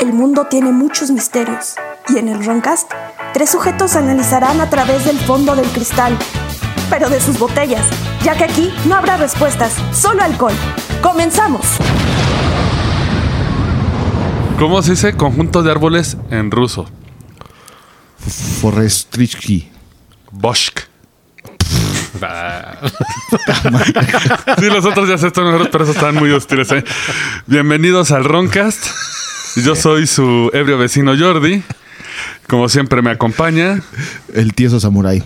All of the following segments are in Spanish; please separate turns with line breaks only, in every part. El mundo tiene muchos misterios y en el Roncast, tres sujetos analizarán a través del fondo del cristal, pero de sus botellas, ya que aquí no habrá respuestas, solo alcohol. ¡Comenzamos!
¿Cómo se dice conjunto de árboles en ruso?
Forestrichki.
Boshk. sí, los otros ya se están mejores, pero esos están muy hostiles. ¿eh? Bienvenidos al Roncast. Yo soy su ebrio vecino Jordi. Como siempre me acompaña
El tieso samurái.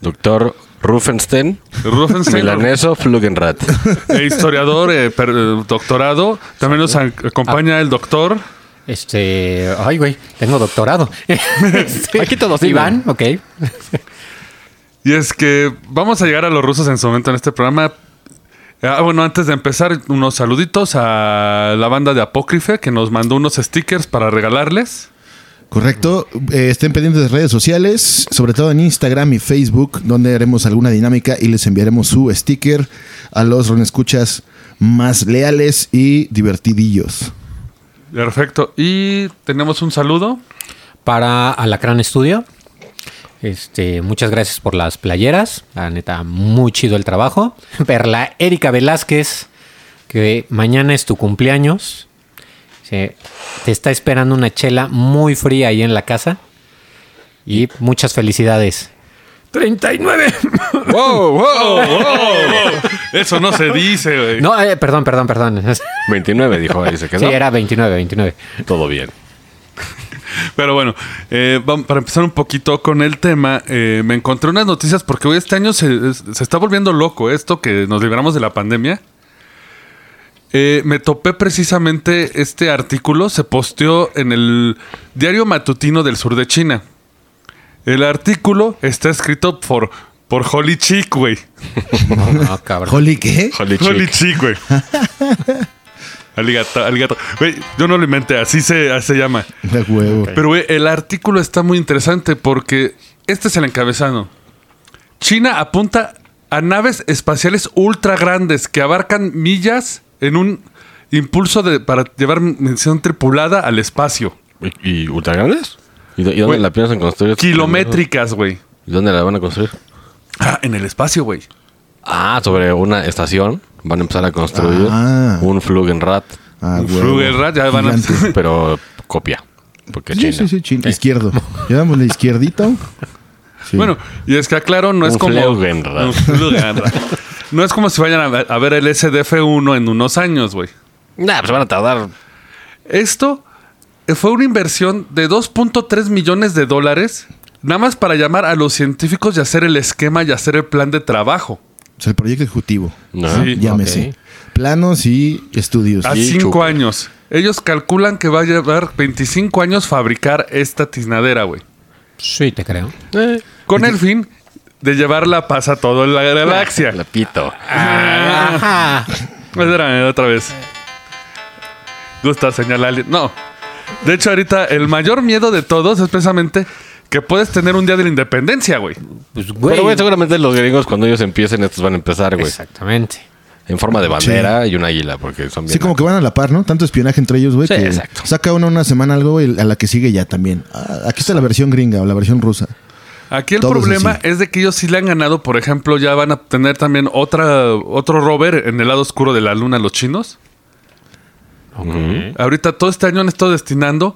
Doctor Rufenstein,
Rufenstein,
milaneso Flugenrat.
eh, historiador, eh, per- eh, doctorado. También nos ac- acompaña el doctor.
Este, ay, güey, tengo doctorado. Este,
Aquí todos
Iván, ok.
Y es que vamos a llegar a los rusos en su momento en este programa. Ah, bueno, antes de empezar, unos saluditos a la banda de Apócrife que nos mandó unos stickers para regalarles.
Correcto. Eh, estén pendientes de redes sociales, sobre todo en Instagram y Facebook, donde haremos alguna dinámica y les enviaremos su sticker a los escuchas más leales y divertidillos.
Perfecto. Y tenemos un saludo.
Para Alacrán Studio. Este, muchas gracias por las playeras. La neta, muy chido el trabajo. Perla Erika Velázquez, que mañana es tu cumpleaños. Se- te está esperando una chela muy fría ahí en la casa. Y muchas felicidades. 39.
¡Wow, wow!
Eso no se dice, güey.
No, eh, perdón, perdón, perdón.
29 dijo, ahí se quedó.
Sí, era 29, 29.
Todo bien.
Pero bueno, eh, vam- para empezar un poquito con el tema, eh, me encontré unas noticias porque hoy este año se, se está volviendo loco esto que nos liberamos de la pandemia. Eh, me topé precisamente este artículo, se posteó en el diario matutino del sur de China. El artículo está escrito por, por Holly Chick, güey.
No, no, cabrón.
Holly, ¿qué?
Holy
Holy
chick.
chick, güey. Aligato, aligato. Güey, yo no lo inventé, así se, así se llama.
De huevo.
Pero, güey, el artículo está muy interesante porque este es el encabezado. China apunta a naves espaciales ultra grandes que abarcan millas en un impulso de, para llevar misión tripulada al espacio.
¿Y, y ultra grandes? ¿Y, do- y dónde
Güey,
la piensan construir? este
Kilométricas, güey.
¿Y dónde la van a construir?
Ah, en el espacio, güey.
Ah, sobre una estación van a empezar a construir
Ah.
un Flugenrat,
Ah, huevo.
Flugerrat, ya van a-
Gigante.
pero copia. Porque
Sí,
China.
sí, sí, chin- Izquierdo. Llevámosle izquierdito. Sí.
Bueno, y es que aclaro, no es
Un
como.
Flugenrat.
Un Flugenrat. No es como si vayan a ver, a ver el SDF-1 en unos años, güey.
Nah, pues van a tardar.
Esto eh, fue una inversión de 2.3 millones de dólares, nada más para llamar a los científicos y hacer el esquema y hacer el plan de trabajo.
O sea, el proyecto ejecutivo.
No.
Ah, Sí. Ah,
Llámese.
ok.
Planos y estudios.
A
Pues Sí,
cinco
chupa.
años. Ellos calculan que va a llevar 25 años fabricar esta tiznadera, güey.
Sí, te creo.
Eh,
Con el fin de llevar la paz a toda la galaxia.
La pito.
Ah, Ajá.
Espérame, otra vez. Gusta señalarle. No. De hecho, ahorita el mayor miedo de todos es precisamente que puedes tener un día de la independencia, güey.
Pues, güey.
Pero, güey, seguramente los gringos cuando ellos empiecen, estos van a empezar, güey.
Exactamente.
En forma de bandera y un águila, porque son bien.
Sí, como que van a la par, ¿no? Tanto espionaje entre ellos, güey.
Sí,
que
exacto.
Saca una una semana algo y a la que sigue ya también. Ah, aquí está la versión gringa o la versión rusa.
Aquí el
Todos
problema
así.
es de que ellos sí le han ganado, por ejemplo, ya van a tener también otra, otro rover en el lado oscuro de la luna los chinos. Ahorita todo este año han estado destinando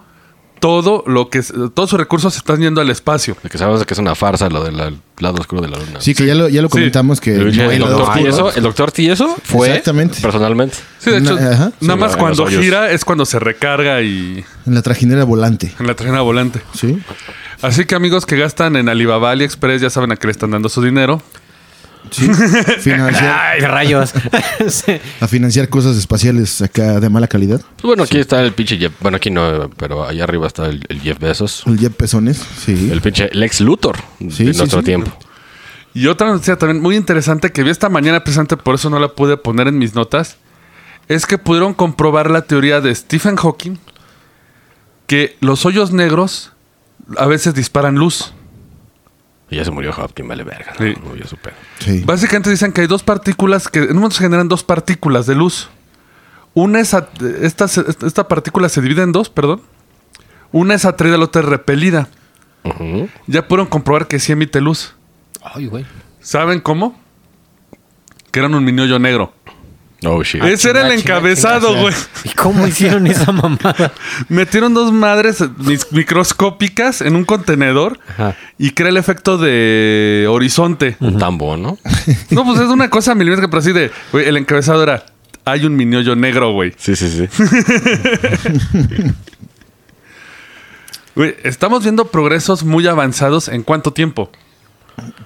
todo lo que todos sus recursos se están yendo al espacio.
De que sabemos que es una farsa lo del lado oscuro de la luna.
Sí, que ya lo, ya lo
Sí.
comentamos que...
El,
Güey,
el
lo
doctor
oscuro.
Tieso, el doctor Tieso fue
Exactamente.
personalmente.
Sí, de hecho,
Na- ajá.
nada
Sí,
en
más
los
cuando
hoyos.
gira es cuando se recarga y
En la trajinera volante.
en la trena volante.
Sí.
Así que amigos que gastan en Alibaba, AliExpress, ya saben a qué le están dando su dinero.
Sí. Financiar,
Ay, rayos. Sí.
a financiar cosas espaciales acá de mala calidad.
Pues bueno, aquí está el pinche Jeff. Bueno, aquí no, pero allá arriba está el, el Jeff Bezos.
El Jeff Pezones. Sí.
El pinche Lex Luthor de
Sí, sí,
nuestro
sí.
tiempo.
Y otra noticia también muy interesante que vi esta mañana presente, por eso no la pude poner en mis notas, es que pudieron comprobar la teoría de Stephen Hawking que los hoyos negros a veces disparan luz.
Y ya se murió Hopkins, vale verga.
Sí.
No, yo supe.
Sí.
Básicamente dicen que hay dos partículas que en un momento se generan dos partículas de luz. Una es a- esta, se- esta partícula se divide en dos, perdón, Una es atraída, la otra es repelida.
Ujú.
Ya pudieron comprobar que sí emite luz.
Ay, güey.
¿Saben cómo? Que eran un miniollo negro.
Oh, shit.
Ese era el
Ah, chinga, chinga,
encabezado,
chinga.
güey.
¿Y cómo hicieron esa mamada?
Metieron dos madres mis- microscópicas en un contenedor
Ajá.
y crea el efecto de horizonte.
Un tambo, ¿no?
No, pues es una cosa milimétrica, pero así de, güey, el encabezado era, hay un miniollo negro, güey.
Sí, sí, sí.
Güey, estamos viendo progresos muy avanzados en cuánto tiempo.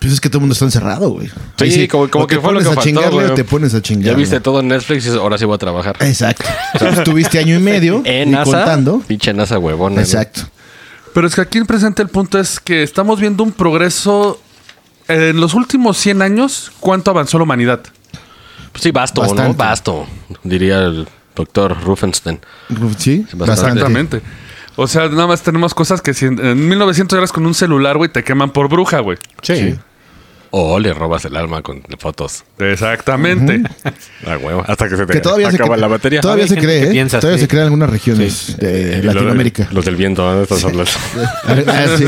Pues es que todo el mundo está encerrado, güey. Ahí
Sí, como, como
o te
que fue lo que
pones
faltó,
a chingarle
güey.
o te pones a chingar.
Ya viste
güey.
todo en Netflix y dices, ahora sí voy a trabajar.
Exacto. O sea, Estuviste año y medio
En
y
NASA.
contando.
Pinche NASA, huevón. güey.
Exacto.
Pero es que aquí presente el punto es que estamos viendo un progreso en los últimos 100 años, ¿cuánto avanzó la humanidad?
Pues sí, basto, ¿no?
Bastante.
Basto, diría el doctor Rufenstein.
Sí, bastante.
Exactamente. O sea, nada más tenemos cosas que si en, en 1900 eras con un celular, güey, te queman por bruja, güey.
Sí.
O le robas el alma con fotos.
Exactamente.
La hueva. Hasta que se te
Que todavía
acaba
se,
la batería.
Todavía
Hay
se
gente
cree,
que
¿eh?
piensa
todavía
así.
se cree en algunas regiones de
Y lo-
Latinoamérica.
Los del viento, ¿no? Estás hablando.
Ah, sí.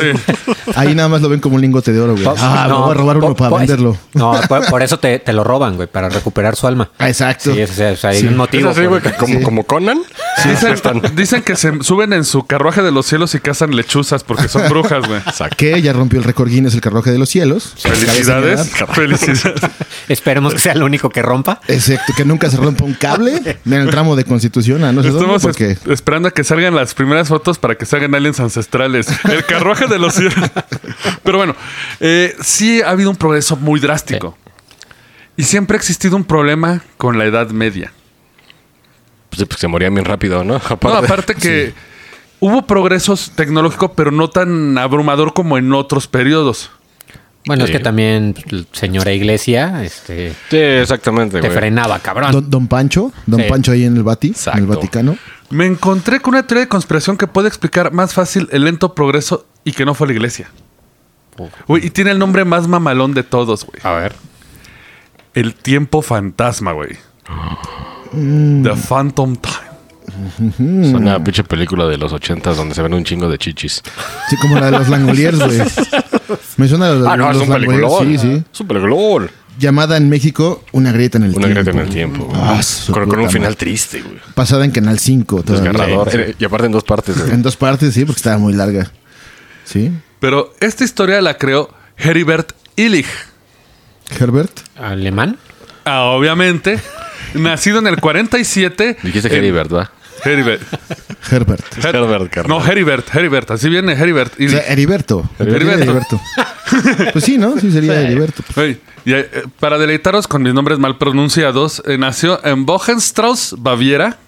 Ahí nada más lo ven como un lingote de oro, güey. Ah, me voy a robar uno
po-
para
po-
venderlo.
No, por, por eso te, te lo roban, güey, para recuperar su alma.
Ah, Exacto.
Sí, o sea, o sea, hay un
Es
motivo.
así,
por-
güey, que como, como Conan. Ah,
Dicen, dicen que se suben en su carruaje de los cielos y cazan lechuzas porque son brujas, güey.
Que ya rompió el récord Guinness, el carruaje de los cielos.
Felicidades. Felicidades.
Esperemos que sea lo único que rompa.
Exacto, que nunca se rompa un cable en el tramo de Constitución. a No sé
Estamos
Pues, dónde, porque
es- esperando a que salgan las primeras fotos para que salgan aliens ancestrales. El carruaje de los cielos. Pero bueno, eh, sí ha habido un progreso muy drástico. Y siempre ha existido un problema con la Edad Media.
Pues, sí, pues se moría bien rápido, ¿no? Aparte,
No, aparte que hubo progresos tecnológicos, pero no tan abrumador como en otros periodos.
Bueno, es
Sí.
que también, pues, señora Iglesia, este,
Sí, exactamente,
te
güey.
frenaba, cabrón.
don, don Pancho, Don
Sí.
Pancho ahí en el Bati, en
Exacto.
el Vaticano.
Me encontré con una teoría de conspiración que puede explicar más fácil el lento progreso y que no fue la iglesia. Güey, y tiene el nombre más mamalón de todos,
Ah.
güey.
A ver.
El tiempo fantasma, güey.
Mm.
The Phantom Time.
Es una pinche película de los ochentas donde se ven un chingo de chichis.
Sí, como la de los Langoliers, güey. Me suena la de
Ah, no, es
los
un peliculón.
Sí, sí.
Es un peliculón.
Llamada en México, Una grieta en el
Una
tiempo.
grieta en el tiempo, güey.
Ah, su
con, con
puta
un final
madre.
triste, güey.
Pasada en Canal 5. todavía.
Desgarrador. Eh, Y aparte en dos partes, güey.
En dos partes, sí, porque estaba muy larga. Sí.
Pero esta historia la creó Heribert Illich.
Herbert.
¿Alemán?
Ah, obviamente, nacido en el 47.
Dijiste
en-
Harry Bird, ¿va?
Heribert.
Herbert.
Her-
Herbert, carnal.
no, Heribert, Heribert. Así viene Heribert
O
Illich.
sea, Heriberto.
Heriberto.
Heriberto. Pues sí, ¿no? Sí, sería Heriberto.
Ey, y, eh, para deleitaros con mis nombres mal pronunciados, eh, nació en Bogenstrauss, Baviera.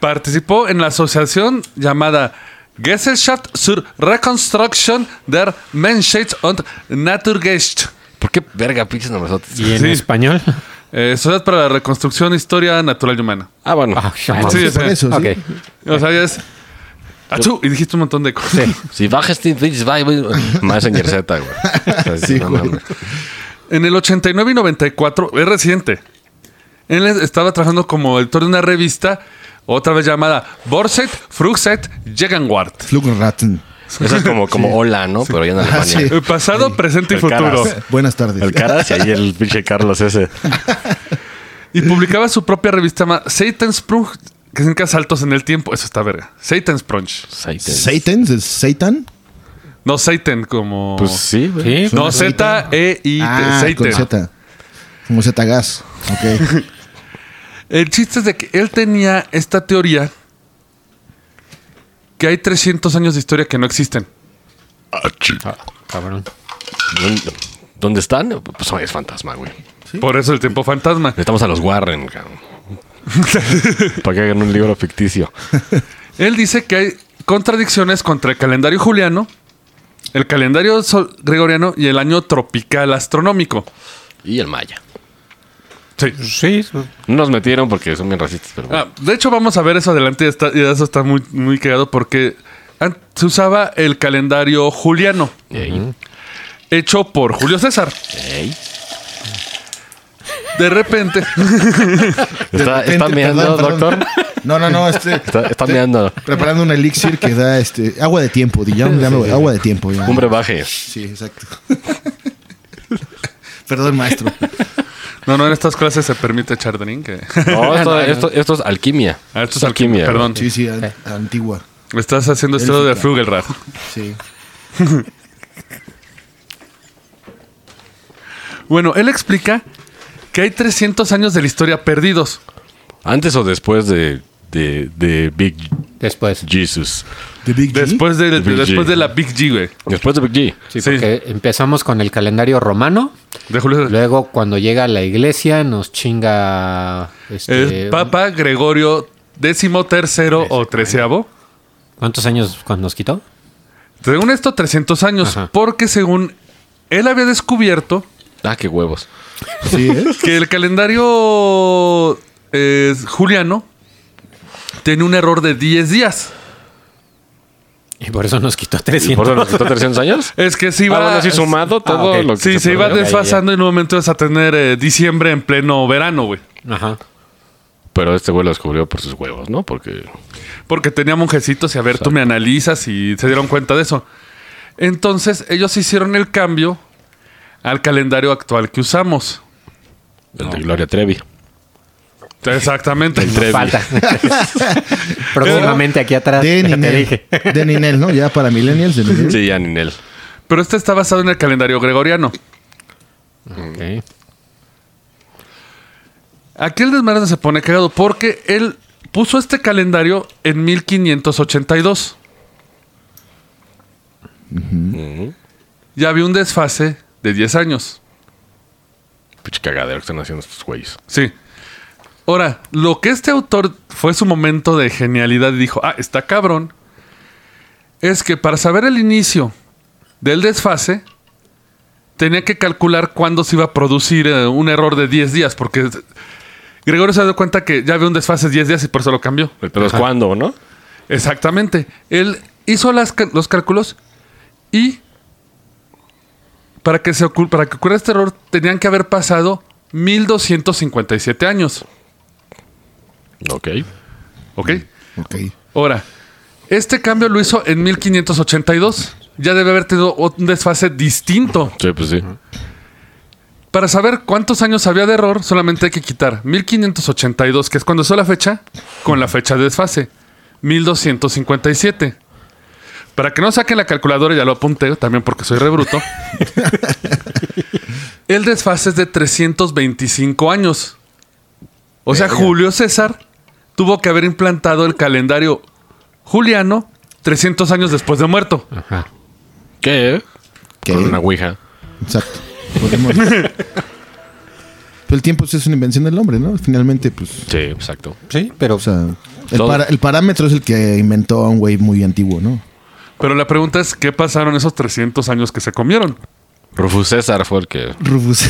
Participó en la asociación llamada Gesellschaft zur Reconstruction der Menschheit und Naturgeist.
¿Por qué verga pinches nombresotes?
¿Y en
Sí.
español?
Eh, Sociedad para la Reconstrucción Historia Natural y Humana.
Ah, bueno.
Ah,
Sí,
Sí, por
sí.
eso, sí.
ok.
O sea, ya es... Achú, y dijiste un montón de cosas.
Si bajas Steve Fitch, va, güey. Más en Z, güey. O sea,
Sí,
no
güey.
mames.
En el 89 y 94, es reciente. Él estaba trabajando como editor de una revista, otra vez llamada Borset, Fruchset, Gegenwart.
Flugratten.
Eso es como, como hola, ¿no? Pero ya en Alemania.
sí.
Eh, Pasado, presente y
El
futuro.
Caras.
Buenas tardes.
El Caras y ahí el pinche Carlos ese.
Y publicaba su propia revista ma- Satansprung, que significa saltos en el tiempo. Eso está verga. Satansprung.
Satan.
Satan, ¿es Satan.
No, Satan como...
Pues sí, güey.
Sí,
no, Z-E-I-T.
Ah, con
Satan.
Z. Como Z gas. Ok.
El chiste es de que él tenía esta teoría que hay 300 años de historia que no existen.
Ah, cabrón.
¿Dónde- Ah, ¿Dónde están? Pues hoy es fantasma, güey.
Por eso el tiempo fantasma.
Necesitamos a los Warren, cabrón. Para que hagan un libro ficticio.
Él dice que hay contradicciones contra el calendario juliano, el calendario sol- gregoriano y el año tropical astronómico.
Y el Maya.
Sí.
Sí.
No nos metieron porque son bien racistas, pero bueno.
Ah, de hecho, vamos a ver eso adelante. y está- y eso está muy, muy cagado porque an- se usaba el calendario juliano,
Ey,
hecho por Julio César.
ey.
De repente,
¿Está, está
repente,
meando,
perdón, perdón.
doctor?
No, no, no. Este,
Está- está
estoy
meando.
Preparando un elixir que da este, agua de tiempo. di- ya- ya me voy, agua de tiempo. ya.
Un brebaje.
Sí, exacto. Perdón, maestro.
No, no, en estas clases se permite echar drink. eh.
No, esto, esto- esto es alquimia.
Ah, esto es alquimia. Perdón.
Sí, sí, an- antigua.
Estás haciendo esto de Frugelrad.
Sí.
Bueno, él explica que hay 300 años de la historia perdidos.
Antes o después de, de, de Big
Después.
Jesus.
The Big G.
Después de,
The Big
después
G.
de la Big G, güey.
Después de Big G.
Sí,
Sí.
porque empezamos con el calendario romano.
De Julio César.
Luego, cuando llega a la iglesia, nos chinga. Este,
El Papa Gregorio décimo tercero o treceavo.
¿Cuántos años cuando nos quitó?
Según esto, 300 años.
Ajá.
Porque según él había descubierto
Ah, qué huevos.
Sí, ¿eh?
que el calendario eh, juliano tiene un error de 10 días.
Y por eso nos quitó
¿Por
300.
eso nos quitó 300 años?
Es que se
Ah,
iba...
bueno, sí, sumado todo
ok.
lo que
Sí, se, iba
perdió.
desfasando y en un momento es a tener eh, diciembre en pleno verano, güey.
Ajá.
Pero este güey lo descubrió por sus huevos, ¿no? Porque
Porque tenía monjecitos y a ver, tú me analizas y se dieron cuenta de eso. Entonces, ellos hicieron el cambio al calendario actual que usamos.
el de Gloria Trevi.
Exactamente.
Trevi.
Falta. Próximamente aquí atrás.
De
ya te
Ninel.
dije.
De Ninel, ¿no? Ya para millennials. De Ninel.
Sí, ya ni en él.
Pero este está basado en el calendario gregoriano.
Ok.
Aquí el desmadre se pone cagado porque él puso este calendario en 1582. Ya había un desfase de 10 años.
Pinche cagadero que están haciendo estos güeyes.
Sí. Ahora, lo que este autor fue su momento de genialidad y dijo, ah, está cabrón, es que para saber el inicio del desfase, tenía que calcular cuándo se iba a producir eh, un error de 10 días, porque Gregorio se dio cuenta que ya había un desfase de 10 días y por eso lo cambió.
El pedo es cuándo, ¿no?
Exactamente. Él hizo las ca- los cálculos y para que, se ocu- para que ocurra este error tenían que haber pasado 1257 años.
Ok.
¿Ok?
Ok.
Ahora, este cambio lo hizo en 1582. Ya debe haber tenido un desfase distinto.
Sí, pues sí.
Para saber cuántos años había de error, solamente hay que quitar 1582, que es cuando hizo la fecha, con la fecha de desfase. 1257. Para que no saquen la calculadora, ya lo apunté también porque soy rebruto. El desfase es de 325 años. O sea, Julio César tuvo que haber implantado el calendario juliano 300 años después de muerto.
Ajá.
¿Qué?
¿Qué?
Con una ouija.
Exacto. Podemos- Pero el tiempo sí es una invención del hombre, ¿no? Finalmente, pues.
Sí, exacto.
Sí, pero
O sea, el,
Todo.
para- el parámetro es el que inventó a un güey muy antiguo, ¿no?
Pero la pregunta es, ¿qué pasaron esos 300 años que se comieron?
Rufus César fue el que...
Rufus.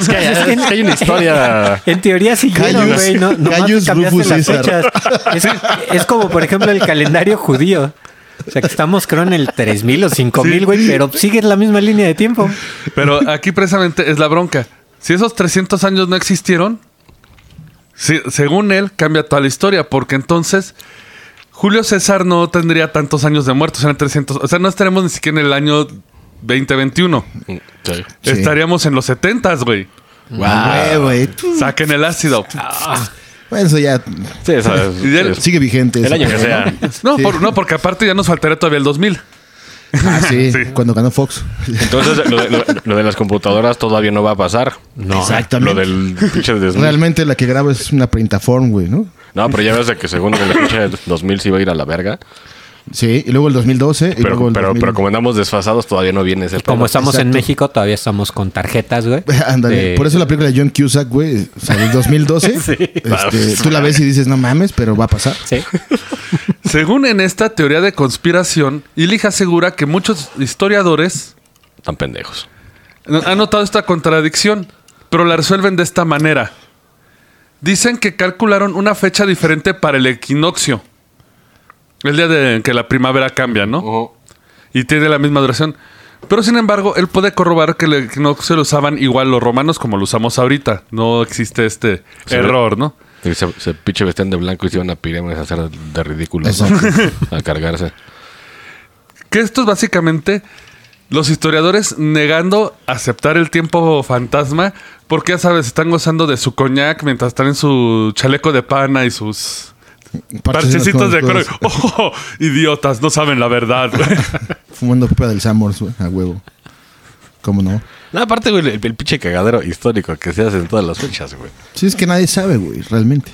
Es que hay, una historia...
En teoría siguieron,
Cayus-
güey. No, nomás
Cayus
cambiaste
Rufus
las
César.
fechas. Es, es como, por ejemplo, el calendario judío. O sea, que estamos, creo, en el 3000 o 5000, güey, pero sigues la misma línea de tiempo.
Pero aquí precisamente es la bronca. Si esos 300 años no existieron, si- según él, cambia toda la historia, porque entonces Julio César no tendría tantos años de muertos, eran 300. O sea, no estaremos ni siquiera en el año 2021.
Sí.
Sí.
Estaríamos en los 70s, güey.
Ah,
Güey, güey.
Saquen el ácido.
Bueno, eso ya
Sí, esa es-
Y él-
es-
sigue vigente.
el
ese
año que
pedo,
sea.
No, por- no, porque aparte ya nos faltaría todavía el 2000.
¿no? Ah, sí, cuando ganó Fox.
Entonces, lo de, lo- lo de las computadoras todavía no va a pasar.
No.
Lo del pinche de 2000.
Realmente la que graba es una printaform, güey, ¿no?
No, pero ya ves de que según el pinche de 2000 sí va a ir a la verga.
Sí, y luego el 2012. y luego
Pero,
el
pero,
2000.
pero como andamos desfasados, todavía no viene ese
Como
pedo.
estamos en
exacto.
México, todavía estamos con tarjetas, güey.
Ándale,
Eh,
por eso la película de John Cusack, güey, o sea, del 2012, este, tú la ves y dices, no mames, pero va a pasar.
Sí.
Según en esta teoría de conspiración, Illich asegura que muchos historiadores
Tan pendejos.
No, Han notado esta contradicción, pero la resuelven de esta manera. Dicen que calcularon una fecha diferente para el equinoccio. El día de en que la primavera cambia, ¿no? Y tiene la misma duración. Pero sin embargo, él puede corroborar que el equinoccio lo usaban igual los romanos como lo usamos ahorita. No existe este
Sí.
error, ¿no?
Y Y se, se pinche vestían de blanco y se iban a pirámides a hacer de ridículos. ¿no? A cargarse.
Que esto es básicamente los historiadores negando aceptar el tiempo fantasma porque ya sabes, están gozando de su coñac mientras están en su chaleco de pana y sus parchecitos de color. ¡Oh, idiotas! No saben la verdad. güey.
oh, Fumando pipa del Samors, güey, a huevo. ¿Cómo no?
No, aparte, güey, el, el pinche cagadero histórico que se hace en todas las fechas, güey.
Sí, es que nadie sabe, güey, realmente.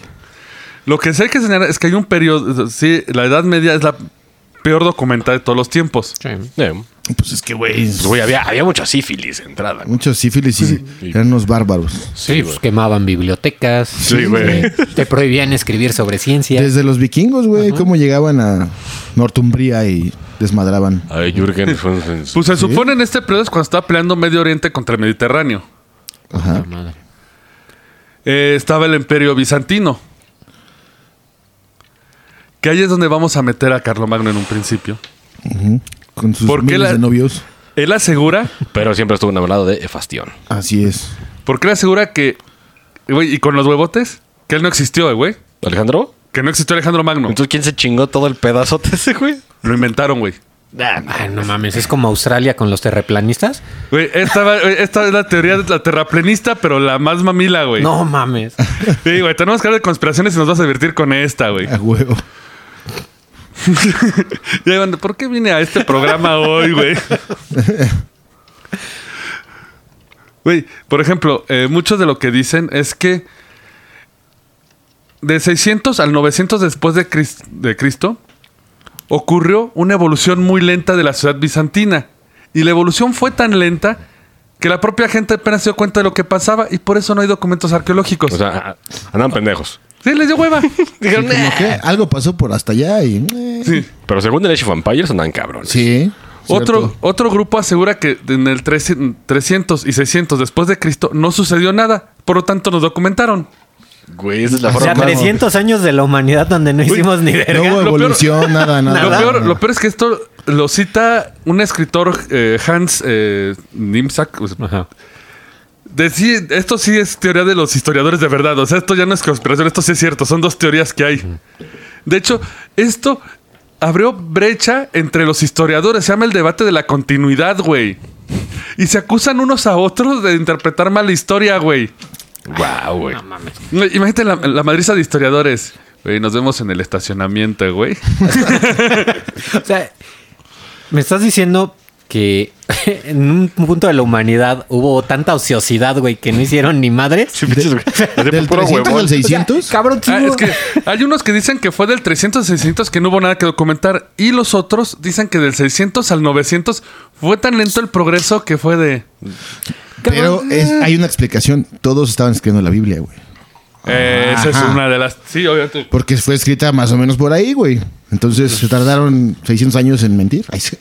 Lo que sí hay que señalar es que hay un periodo... Sí, la Edad Media es la peor documentada de todos los tiempos.
Eh,
Pues es que, güey,
pues, güey, había, había mucha sífilis de entrada, güey.
muchos sífilis y eran unos bárbaros.
Sí, pues, quemaban bibliotecas.
Sí, güey.
eh, Te prohibían escribir sobre ciencia.
Desde los vikingos, güey, cómo llegaban a Northumbria y desmadraban.
Ay, Jürgen fue un-
Pues se supone en este periodo es cuando está peleando Medio Oriente contra el Mediterráneo.
Ajá.
Madre.
Eh, estaba el Imperio Bizantino. Que ahí es donde vamos a meter a Carlomagno en un principio.
Con sus
¿Por qué
miles
la-
de novios.
Él asegura,
Pero siempre estuvo enamorado de Efastión.
Así es.
porque él asegura que, güey, y con los huevotes, que él no existió, eh, güey.
¿Alejandro?
Que no existió Alejandro Magno.
Entonces, ¿quién se chingó todo el pedazote ese, güey?
Lo inventaron, güey.
Ay, Ah, no mames, es como Australia con los terreplanistas.
Güey, esta, va- güey, esta es la teoría de la terraplenista, pero la más mamila, güey.
No mames.
Sí, güey, tenemos que hablar de conspiraciones y nos vas a divertir con esta, güey.
A huevo.
Y ahí van, ¿por qué vine a este programa hoy, güey? Güey, por ejemplo, eh, muchos de lo que dicen es que de 600 al 900 después de, Cris- de Cristo ocurrió una evolución muy lenta de la ciudad bizantina. Y la evolución fue tan lenta que la propia gente apenas se dio cuenta de lo que pasaba y por eso no hay documentos arqueológicos.
O sea, andaban pendejos.
sí, les dio hueva.
Sí, como que algo pasó por hasta allá y. eh,
Sí.
Pero según el Age of Empires andaban cabrones.
Sí.
Otro,
cierto.
otro grupo asegura que en el 300 300 y 600 después de Cristo no sucedió nada, por lo tanto nos documentaron.
Güey, esa es la
O
forma.
sea, 300 años de la humanidad donde no hicimos ni
No
verga.
hubo
Lo peor-
evolución, nada, nada.
Lo,
nada.
peor, lo peor es que esto lo cita un escritor, eh, Hans eh, Nimzak. pues,
Ajá.
de sí- esto sí es teoría de los historiadores de verdad. O sea, esto ya no es conspiración, esto sí es cierto. Son dos teorías que hay. De hecho, esto abrió brecha entre los historiadores. Se llama el debate de la continuidad, güey. Y se acusan unos a otros de interpretar mal la historia, güey.
Wow, güey.
No, Imagínate la, la madriza de historiadores. Güey, nos vemos en el estacionamiento, güey.
O sea, me estás diciendo que en un punto de la humanidad hubo tanta ociosidad, güey, que no hicieron ni madres.
Del
Del
300 al
O sea,
600.
cabrón, sí
Ah,
hubo-
es que hay unos que dicen que fue del 300 a 600 que no hubo nada que documentar. Y los otros dicen que del 600 al 900 fue tan lento el progreso que fue de...
pero es- hay una explicación. Todos estaban escribiendo la Biblia, güey.
Eh, esa es
Ajá.
una de las... Sí, obviamente.
Porque fue escrita más o menos por ahí, güey. Entonces se tardaron 600 años en mentir. Ay, sí.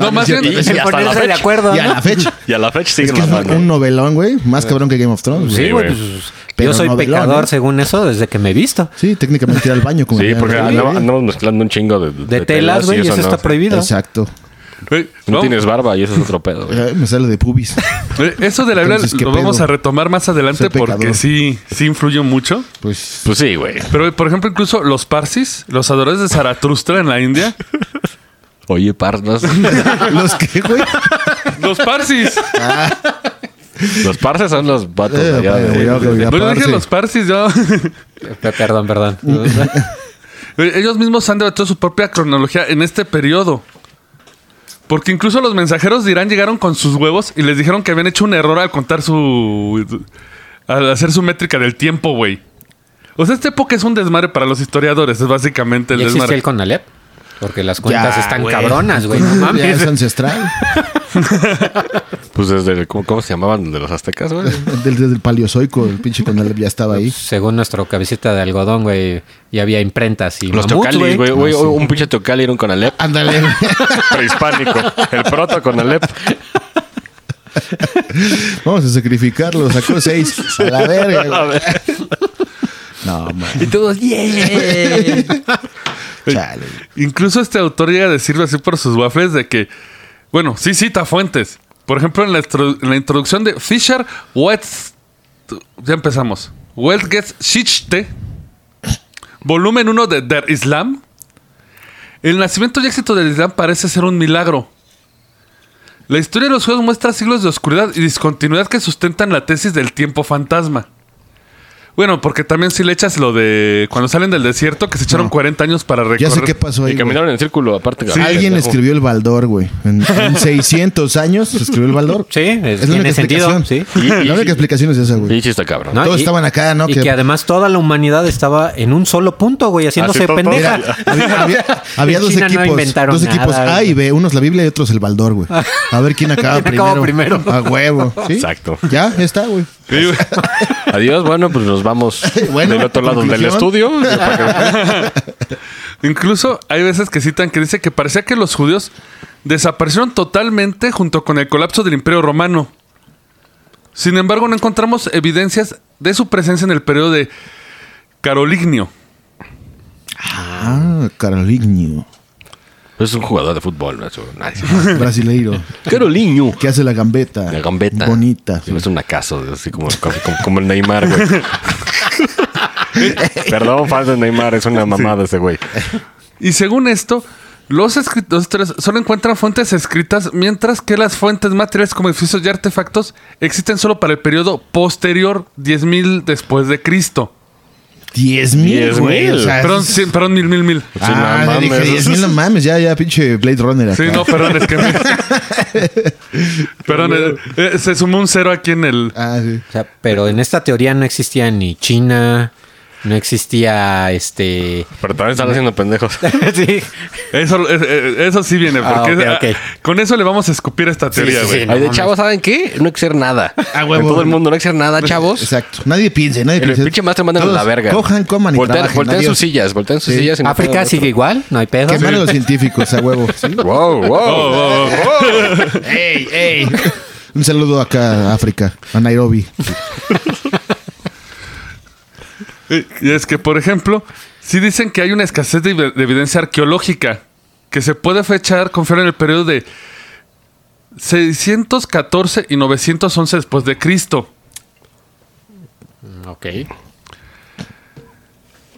No, más bien...
Y- y
en
hasta la
ponerse de
fecha.
acuerdo,
Y a
¿no?
la fecha.
Y a la fecha
Es
siguen
que es un,
matando.
un novelón, güey. Más cabrón que Game of Thrones.
Sí,
güey.
güey.
güey.
pues,
Pero
yo soy
novelón,
pecador
¿eh?
según eso desde que me he visto.
Sí, técnicamente ir al baño. Como
Sí,
ya-
porque
Ay,
andamos,
güey.
andamos mezclando un chingo de, de-
De
de
telas, güey, y eso,
no.
está prohibido.
Exacto.
Güey,
No,
no,
tienes barba y eso es otro pedo, güey.
Ay, me sale de pubis.
eh, Eso de la Biblia
Entonces, ¿qué
lo vamos
pedo?
a retomar más adelante
Soy pecador.
porque sí, sí influyó mucho.
Pues
Pues sí, güey.
Pero, por ejemplo, incluso los parsis, los adoradores de Zaratustra en la India,
Oye, par, ¿no?
los que, güey.
los parsis.
los parces son los vatos
Eh,
allá
vaya,
de-
güey, ya,
de-
güey, ya,
No yo dije
parce.
los parsis, yo.
Pe- Perdón, perdón.
Eh, Ellos mismos han debatido su propia cronología en este periodo. Porque incluso los mensajeros de Irán llegaron con sus huevos y les dijeron que habían hecho un error al contar su. al hacer su métrica del tiempo, güey. O sea, esta época es un desmadre para los historiadores, es básicamente el
¿Y existe
desmadre.
el Conalep? Porque las cuentas
Ya,
están
güey.
cabronas, güey. No
Ya es
mames.
ancestral.
Pues desde el- ¿cómo, cómo se llamaban? De los aztecas, güey.
Del- Desde el paleozoico, el pinche Conalep ya estaba ahí.
Pues, Según nuestro cabecita de algodón, güey, ya había imprentas y
Los
mamuts,
teocalis, güey. güey,
Ah, sí.
Un pinche teocali era un conalep
Ándale. güey.
prehispánico. El proto conalep.
Vamos a sacrificarlo. Sacó seis. A la verga. güey. No, man.
Y todos, "Yeah".
Chale.
Incluso este autor llega a decirlo así por sus waffles de que, bueno, sí cita fuentes. Por ejemplo, en la, introdu- en la introducción de Fisher White... Ya empezamos. Weltgeschichte, volumen 1 de Der Islam. El nacimiento y éxito del Islam parece ser un milagro. La historia de los juegos muestra siglos de oscuridad y discontinuidad que sustentan la tesis del tiempo fantasma. Bueno, porque también si le echas lo de cuando salen del desierto que se echaron 40 años para recorrer.
Ya sé qué pasó ahí.
Y
güey.
caminaron en círculo, aparte.
Sí.
Alguien escribió el Baldor, güey. En, en 600 años se escribió el Baldor.
Sí, es-
la
tiene
única
sentido,
explicación.
sí. Y- y-
La única explicación es esa, güey.
Y sí está cabrón.
¿no?
Todos estaban acá, ¿no?
Y que,
Que-
además toda la humanidad estaba en un solo punto, güey, haciéndose
Ah,
Así, todo-
pendeja.
Mira, había, había- había
En
dos
China no
equipos.
inventaron
dos equipos
nada,
A y B. Uno es la Biblia y otro es el Baldor, güey. A ver quién acaba
¿Quién
primero.
acaba primero?
A huevo. ¿sí?
Exacto.
Ya, ya está, güey.
Sí, güey.
Adiós, bueno, pues nos vamos
Bueno,
del otro lado del
conclusión.
estudio.
Incluso hay veces que citan que dice que parecía que los judíos desaparecieron totalmente junto con el colapso del Imperio Romano. Sin embargo, no encontramos evidencias de su presencia en el periodo de Carolignio.
Ah, Carolinho.
Es un jugador de fútbol, no es un- nadie.
Brasileiro.
Caroliño.
Que hace la gambeta.
La gambeta.
Bonita.
Es un acaso, así como, como, como el Neymar, güey. Perdón, fans de Neymar, es una mamada ese güey.
Y según esto, los escritores solo encuentran fuentes escritas, mientras que las fuentes materiales como edificios y artefactos existen solo para el periodo posterior 10.000 después de Cristo.
10 mil,
Diez
güey.
mil.
O sea,
Perdón,
es-
cien- perdón, mil, mil, mil.
Sí, no
Ah,
mames.
dije 10 mil, no mames. Ya, ya, pinche Blade Runner.
Sí,
acá.
no, perdón, es que... me- perdón, eh, eh, se sumó un cero aquí en el...
Ah, sí.
O sea, pero en esta teoría no existía ni China, no existía este.
Pero también están haciendo pendejos.
sí.
Eso, eh, eh, eso sí viene,
Ah,
porque
ok,
ah,
ok.
con eso le vamos a escupir esta teoría,
sí,
güey.
sí.
Ay, de
no
chavos, ¿saben qué? No hay que ser nada.
Ah, huevo.
En todo el mundo no hay que ser nada, chavos.
Exacto. Nadie piense, nadie
El
piense.
pinche master manda a la
Todos
verga.
Cojan, coman y
Voltean-
trabajen.
voltean sus
adiós.
sillas, voltean sus
Sí.
sillas. y no
África
pueden-
sigue igual, no hay pedo.
Quemar a los científicos, a huevo. ¿sí?
Wow, wow.
Oh, oh, oh.
¡Ey, ey! Un saludo acá a África, a Nairobi.
Eh, Y es que, por ejemplo, si dicen que hay una escasez de, ev- de evidencia arqueológica que se puede fechar, confiar en el periodo de 614 y 911 después de Cristo.
Ok.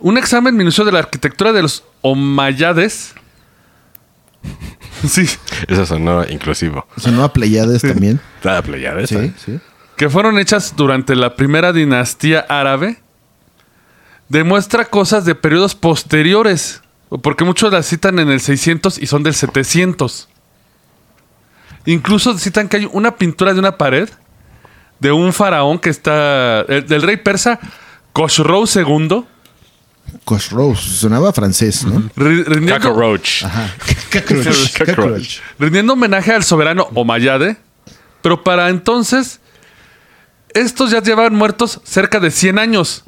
Un examen minucioso de la arquitectura de los Omayades. Sí,
Eso sonó inclusivo. ¿eh?
Sonó a Pleiades también.
Nada playada esta.
Sí, sí.
que fueron hechas durante la primera dinastía árabe, demuestra cosas de periodos posteriores, porque muchos las citan en el 600 y son del 700. Incluso citan que hay una pintura de una pared de un faraón que está, el- del rey persa Khosrow II,
Cockroach. Sonaba francés, ¿no?
ri- rindiendo,
Cockroach.
Cockroach. Cockroach.
rindiendo homenaje al soberano Omayade, pero para entonces estos ya llevaban muertos cerca de 100 años.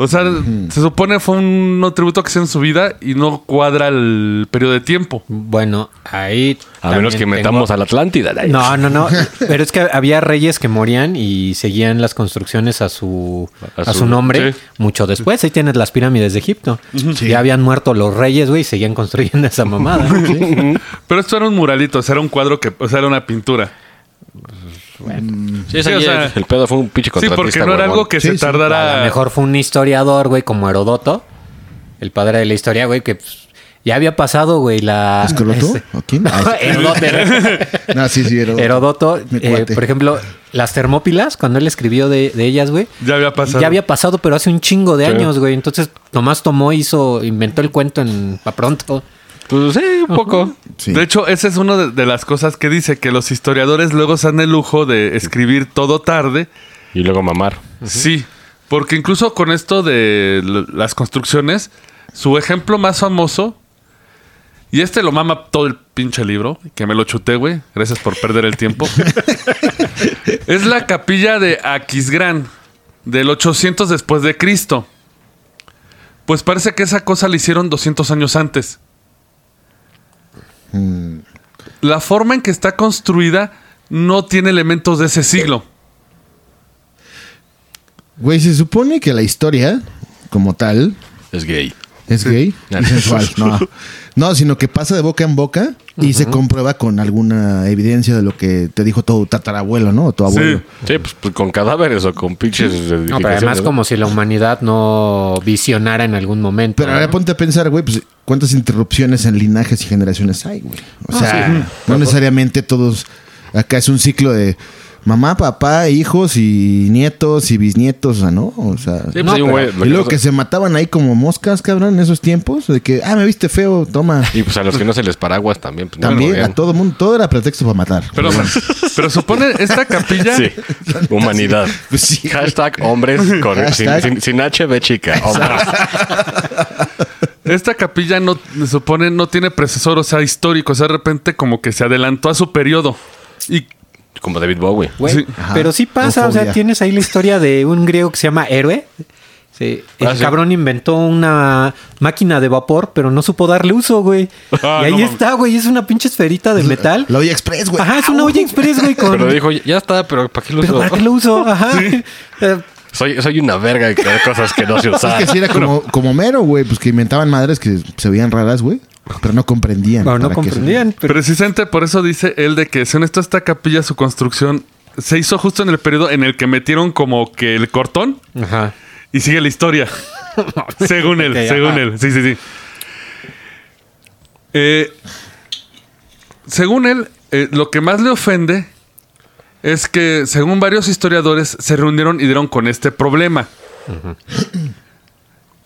O sea, se supone fue un no tributo que hicieron en su vida y no cuadra el periodo de tiempo.
Bueno, ahí.
A menos que
también
metamos a la Atlántida. de ahí.
No, no, no. Pero es que había reyes que morían y seguían las construcciones a su,
A
a
su-
su nombre
sí.
mucho después. Ahí tienes las pirámides de Egipto.
Sí.
Ya habían muerto los reyes, güey, y seguían construyendo esa mamada.
Pero esto era un muralito, o sea, era un cuadro que, o sea, era una pintura.
Sí, ese
Sí, o
güey,
sea-
el pedo fue un pinche
Sí,
contratista.
porque no era
huevón.
algo que
Sí,
se
sí.
A
tardara.
lo mejor fue un historiador, güey, como Herodoto, el padre de la historia, güey, que pues, ya había pasado, güey, la... Este.
¿Escroto? ¿O quién? Ah,
Herodoto.
No, sí, sí. Herodoto.
Herodoto,
Mi
eh,
cuate.
por ejemplo, las Termópilas, cuando él escribió de, de ellas, güey.
Ya había pasado.
Ya había pasado, pero hace un chingo de
Sí.
años, güey. Entonces, Tomás tomó, hizo, inventó el cuento en pa' pronto.
Pues sí, un poco.
Sí.
De hecho, esa es una de, de las cosas que dice, que los historiadores luego se dan el lujo de escribir todo tarde.
Y luego mamar.
Sí, porque incluso con esto de l- las construcciones, su ejemplo más famoso, y este lo mama todo el pinche libro, que me lo chuté, güey, gracias por perder el tiempo, es la capilla de Aquisgrán, del 800 después de Cristo. Pues parece que esa cosa la hicieron 200 años antes. La forma en que está construida no tiene elementos de ese siglo.
Güey, se supone que la historia, como tal,
Es gay.
¿Es gay? y sensual. No. no, sino que pasa de boca en boca y se comprueba con alguna evidencia de lo que te dijo tu tatarabuelo, ¿no? O tu abuelo.
Sí, pues, pues, con cadáveres o con pinches.
No, pero además como si la humanidad no visionara en algún momento.
Pero ahora
¿no?
ponte a pensar, güey, pues cuántas interrupciones en linajes y generaciones hay, güey. O sea, no necesariamente todos. Acá es un ciclo de mamá, papá, hijos y nietos y bisnietos, o sea, ¿no? O sea.
Sí, pues
No,
hay un güey. lo
Y
que
luego
pasa-
que se mataban ahí como moscas, cabrón, en esos tiempos. De que, ah, me viste feo, toma.
Y pues a los que no se les paraguas también. pues, no
También
rodean.
a todo mundo, todo era pretexto para matar.
Pero, pero supone esta capilla.
Sí. Humanidad.
Pues sí.
Hashtag hombres con,
Hashtag.
Sin, sin, sin HB chica. Hombres.
Esta capilla no se supone no tiene precesor, o sea, histórico. O sea, de repente como que se adelantó a su periodo. Y
Como David Bowie.
Güey,
Sí.
Ajá.
Pero sí pasa, o
Homofobia.
sea, tienes ahí la historia de un griego que se llama Héroe. Sí, el
Ah, sí.
cabrón inventó una máquina de vapor, pero no supo darle uso, güey.
Ah,
y ahí
no mames.
está, güey, es una pinche esferita de metal.
La olla express, güey.
Ajá, es una olla express, güey, con...
Pero dijo, ya está, pero ¿para qué lo
¿Pero
uso?
para qué lo uso? Ajá. Eh,
Soy, soy una verga de crear cosas que no se
Es
usan.
que sí era como, como mero, güey. Pues que inventaban madres que se veían raras, güey. Pero no comprendían.
bueno, no
para qué se-
comprendían. Pero,
precisamente por eso dice él de que, según esto, esta capilla, su construcción se hizo justo en el periodo en el que metieron como que el cortón
Ajá.
y sigue la historia. según él,
Ok,
según
ajá.
él. Sí, sí, sí. Eh, según él, eh, lo que más le ofende es que, según varios historiadores, se reunieron y dieron con este problema.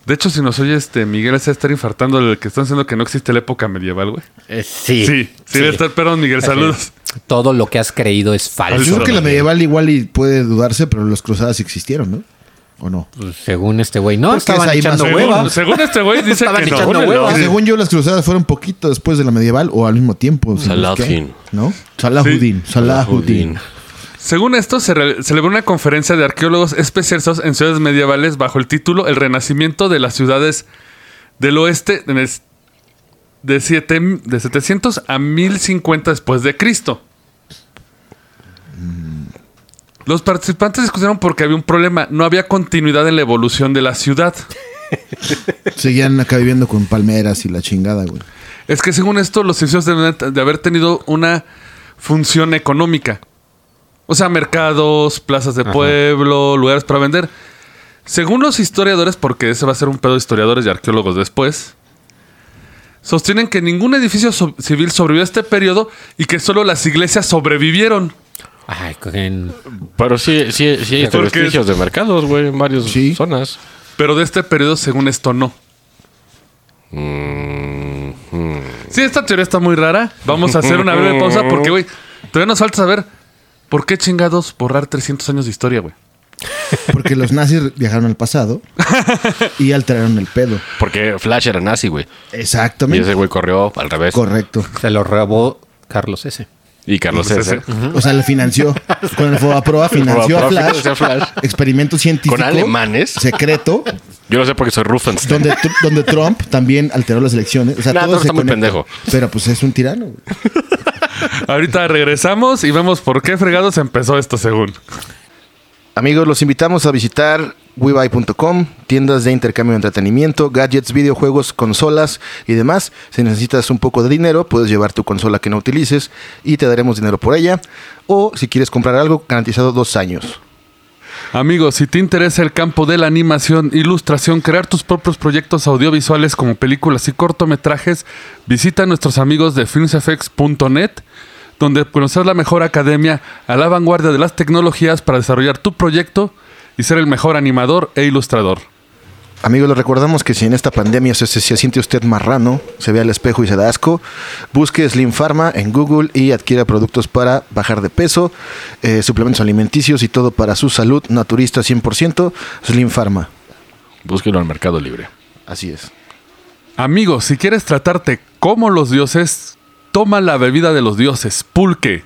De hecho, si nos oye este Miguel, se va a estar infartando el que están diciendo que no existe la época medieval, güey.
Eh, sí.
Sí, sí, debe estar. Perdón, Miguel, saludos.
Todo lo que has creído es
Yo
falso.
creo que la medieval igual y puede dudarse, pero los cruzadas sí existieron, ¿no? ¿O no?
Pues, según este güey, no,
Porque es
estaban
ahí más
echando
o menos.
Según,
hueva.
según este güey, dice
Estaban
que no.
echando
Órale,
huevas.
órale.
Ah, Según yo, las cruzadas fueron poquito después de la medieval o al mismo tiempo. si no es que-
Salahuddin.
¿No? Salahuddin. Salahuddin.
Según esto, se re- celebró una conferencia de arqueólogos especializados en ciudades medievales bajo el título El Renacimiento de las Ciudades del Oeste en es- de, siete- de 700 a 1050 después de Cristo. Los participantes discutieron porque había un problema. No había continuidad en la evolución de la ciudad.
Seguían acá viviendo con palmeras y la chingada, güey.
Es que según esto, los edificios deben de haber tenido una función económica. O sea, mercados, plazas de pueblo, lugares para vender. Según los historiadores, porque ese va a ser un pedo de historiadores y arqueólogos después, sostienen que ningún edificio so- civil sobrevivió a este periodo y que solo las iglesias sobrevivieron.
Ay, cogen-
Pero sí, sí, sí hay
Porque-
vestigios de mercados, güey, en varias
Sí.
zonas.
Pero de este periodo, según esto, no.
Mm,
Sí, esta teoría está muy rara. Vamos a hacer una breve pausa porque, güey, todavía nos falta saber por qué chingados borrar 300 años de historia, güey.
Porque los nazis viajaron al pasado y alteraron el pedo.
Porque Flash era nazi, güey. Y
Exactamente.
ese güey corrió al revés.
Correcto.
se lo robó Carlos S.
y Carlos
Pues ese.
César.
O sea, le financió. Con el Fobaproa financió a
Fobaproa
Flash.
financió a Flash.
Experimento científico.
Con alemanes.
Secreto.
Yo lo sé porque soy Rufenstein.
Donde, tr- donde Trump también alteró las elecciones. O sea,
Nah,
todo
Trump
se
está muy
conecta.
pendejo.
Pero pues es un tirano. güey.
Ahorita regresamos y vemos por qué fregados empezó esto, según.
Amigos, los invitamos a visitar WeBuy.com, tiendas de intercambio de entretenimiento, gadgets, videojuegos, consolas y demás. Si necesitas un poco de dinero, puedes llevar tu consola que no utilices y te daremos dinero por ella. O si quieres comprar algo, garantizado dos años.
Amigos, si te interesa el campo de la animación, ilustración, crear tus propios proyectos audiovisuales como películas y cortometrajes, visita a nuestros amigos de filmsfx.net, donde conocer la mejor academia a la vanguardia de las tecnologías para desarrollar tu proyecto y ser el mejor animador e ilustrador.
Amigos, les recordamos que si en esta pandemia se, se siente usted marrano, se ve al espejo y se da asco, busque Slim Pharma en Google y adquiera productos para bajar de peso, eh, suplementos alimenticios y todo para su salud naturista 100%, Slim Pharma.
Búsquenlo al Mercado Libre.
Así es.
Amigos, si quieres tratarte como los dioses, toma la bebida de los dioses, pulque.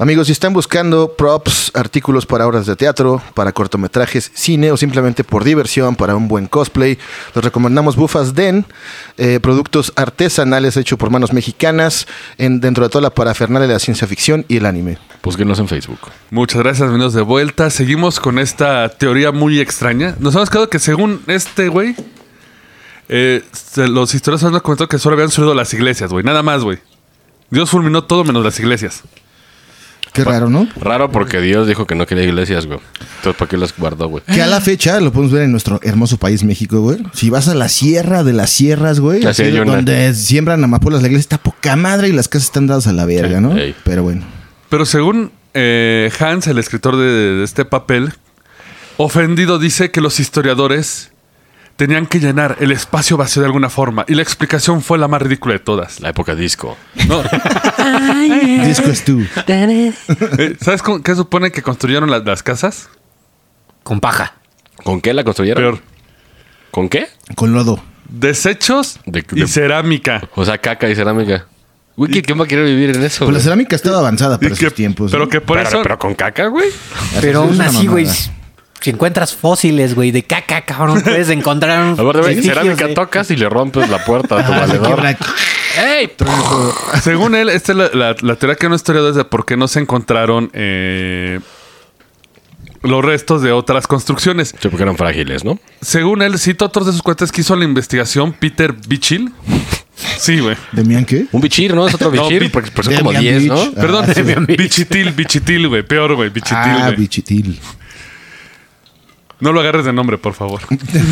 Amigos, si están buscando props, artículos para obras de teatro, para cortometrajes, cine o simplemente por diversión, para un buen cosplay, les recomendamos Bufas Den, eh, productos artesanales hechos por manos mexicanas en, dentro de toda la parafernalia de la ciencia ficción y el anime.
Búsquenos en Facebook.
Muchas gracias, bienvenidos de vuelta. Seguimos con esta teoría muy extraña. Nos hemos quedado que según este güey, eh, se- los historiadores han comentado que solo habían subido las iglesias, güey. Nada más, güey. Dios fulminó todo menos las iglesias.
Qué raro, ¿no?
Raro porque Dios dijo que no quería iglesias, güey. Entonces, ¿para qué las guardó, güey?
Que a la fecha lo podemos ver en nuestro hermoso país México, güey. Si vas a la sierra de las sierras, güey,
Ya sé,
así
hay una.
donde siembran amapolas, la iglesia está poca madre y las casas están dadas a la verga,
Sí,
¿no?
ey.
Pero bueno.
Pero según eh, Hans, el escritor de, de este papel, ofendido dice que los historiadores tenían que llenar el espacio vacío de alguna forma. Y la explicación fue la más ridícula de todas.
La época disco.
No,
Disco es tú.
eh, ¿Sabes con- qué supone que construyeron la- las casas?
Con paja.
¿Con qué la construyeron?
Peor.
¿Con qué?
Con lodo.
Desechos
De-
y
de-
cerámica.
O sea, caca y cerámica. Güey, ¿qué- ¿quién va a querer vivir en eso?
Pues la
güey?
cerámica estaba avanzada para
Y que-
esos tiempos.
pero
¿no?
que por
pero,
eso...
pero con caca, güey.
Así
Pero
es
aún
una
así, güey,
mamada.
si encuentras fósiles, güey, de caca, cabrón, puedes encontrar un...
A ver, güey,
vestigios
cerámica
de-
tocas y le rompes la puerta a tu
Ah, se
valedor.
quiebra.
¡Ey!
Según él, esta es la, la- la teoría que no historiador es de por qué no se encontraron eh, los restos de otras construcciones.
Sí, porque eran frágiles, ¿no?
Según él, cito otros de sus cuentas que hizo la investigación Peter Bichil. Sí, güey.
¿Demian qué?
Un bichir, ¿no? Es otro
No,
bichir,
bi-
porque porque son como
Demian
10,
Beach.
¿no?
Ah,
Perdón,
sí.
Bichitil, Bichitil, güey. Peor, güey. Bichitil,
Ah,
güey.
bichitil.
no lo agarres de nombre, por favor.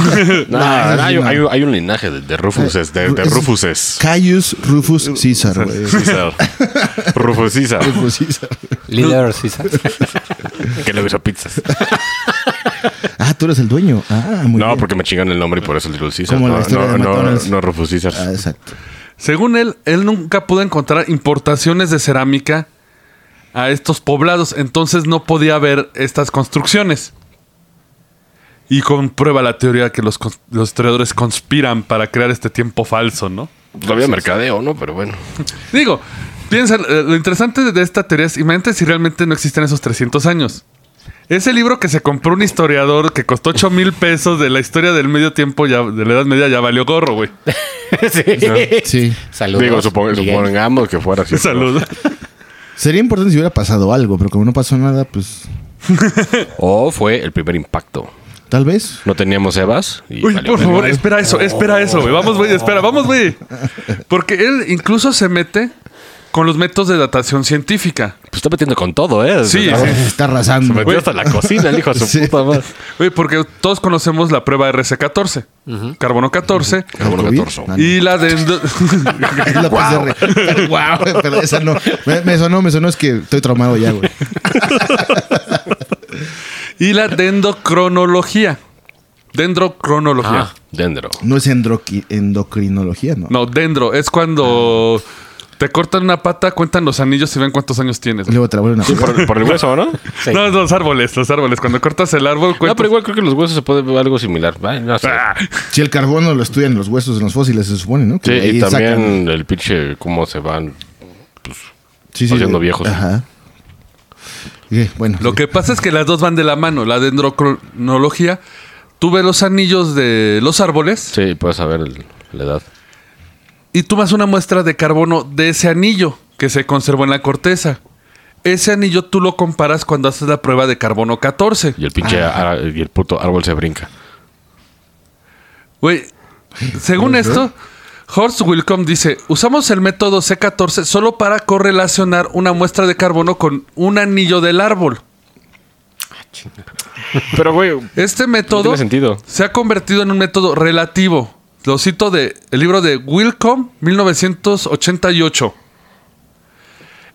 No,
No,
no, hay,
no.
hay un- hay un linaje de, de Rufuses, de, de
Es-
Rufuses.
Caius Rufus Caesar, güey.
César. Rufus César,
Rufus Caesar.
Líder, sí, ¿sabes?
que le hizo pizzas.
Ah, tú eres el dueño. Ah, muy
No,
bien.
porque me chingan el nombre y por eso el Little Caesar.
Como la
No,
historia
no,
de
no,
McDonald's.
no, Rufus Caesar.
Ah, exacto.
Según él, él nunca pudo encontrar importaciones de cerámica a estos poblados, entonces no podía ver estas construcciones. Y comprueba la teoría que los, cons- los historiadores conspiran para crear este tiempo falso, ¿no?
Todavía mercadeo, ¿no? Pero bueno.
Digo, piensa, eh, lo interesante de esta teoría es, imagínate si realmente no existen esos 300 años. Ese libro que se compró un historiador que costó 8 mil pesos de la historia del medio tiempo, ya, de la Edad Media, ya valió gorro, güey.
sí.
Sí.
Saludos.
Digo, supo-
Miguel.
supongamos que fuera así.
Saludos.
Sería importante si hubiera pasado algo, pero como no pasó nada, pues
O fue el primer impacto.
tal vez.
No teníamos Evas. Y
Uy,
valió
por
verga.
favor, espera eso, espera eso, güey. Vamos, güey, espera, vamos, güey. Porque él incluso se mete con los métodos de datación científica.
Pues está metiendo con todo, ¿eh?
Sí,
Ah,
sí.
se está arrasando.
Metió hasta la cocina, el hijo de su
Sí.
puta madre.
Güey, porque todos conocemos la prueba RC14, carbono 14
Carbono
¿Covid?
14.
Ah, no.
y la de... endo-
Es la PCR. Guau, pero esa no. Me, me sonó, me sonó, es que estoy traumado ya, güey.
Y la dendocronología. Dendrocronología.
Ah, dendro.
No es endroqui- endocrinología, ¿no?
No, dendro. Es cuando te cortan una pata, cuentan los anillos y ven cuántos años tienes. güey.
Luego te la vuelven a pegar.
Por, por el hueso, ¿no?
No, los árboles, los árboles. Cuando cortas el árbol, cuentas...
No, pero igual creo que los huesos se puede ver algo similar. Ay, no sé.
Ah,
Si el carbono lo estudian en los huesos, en los fósiles, se supone, ¿no?
Sí,
Que ahí
y
sacan-
también el pinche cómo se van.
Sí, sí,
haciendo
eh,
viejos.
Ajá. Y, bueno.
Lo
sí.
que pasa es que las dos van de la mano. La dendrocronología, tú ves los anillos de los árboles
Sí, puedes saber el- la edad.
y tomas una muestra de carbono de ese anillo que se conservó en la corteza. Ese anillo tú lo comparas cuando haces la prueba de carbono 14.
Y el pinche ara- y el puto árbol se brinca.
Güey, según esto, Horst Wilcom dice, usamos el método C14 solo para correlacionar una muestra de carbono con un anillo del árbol.
Pero, güey,
Este método
tiene sentido.
se ha convertido en un método relativo. Lo cito de el libro de Wilcom, 1988.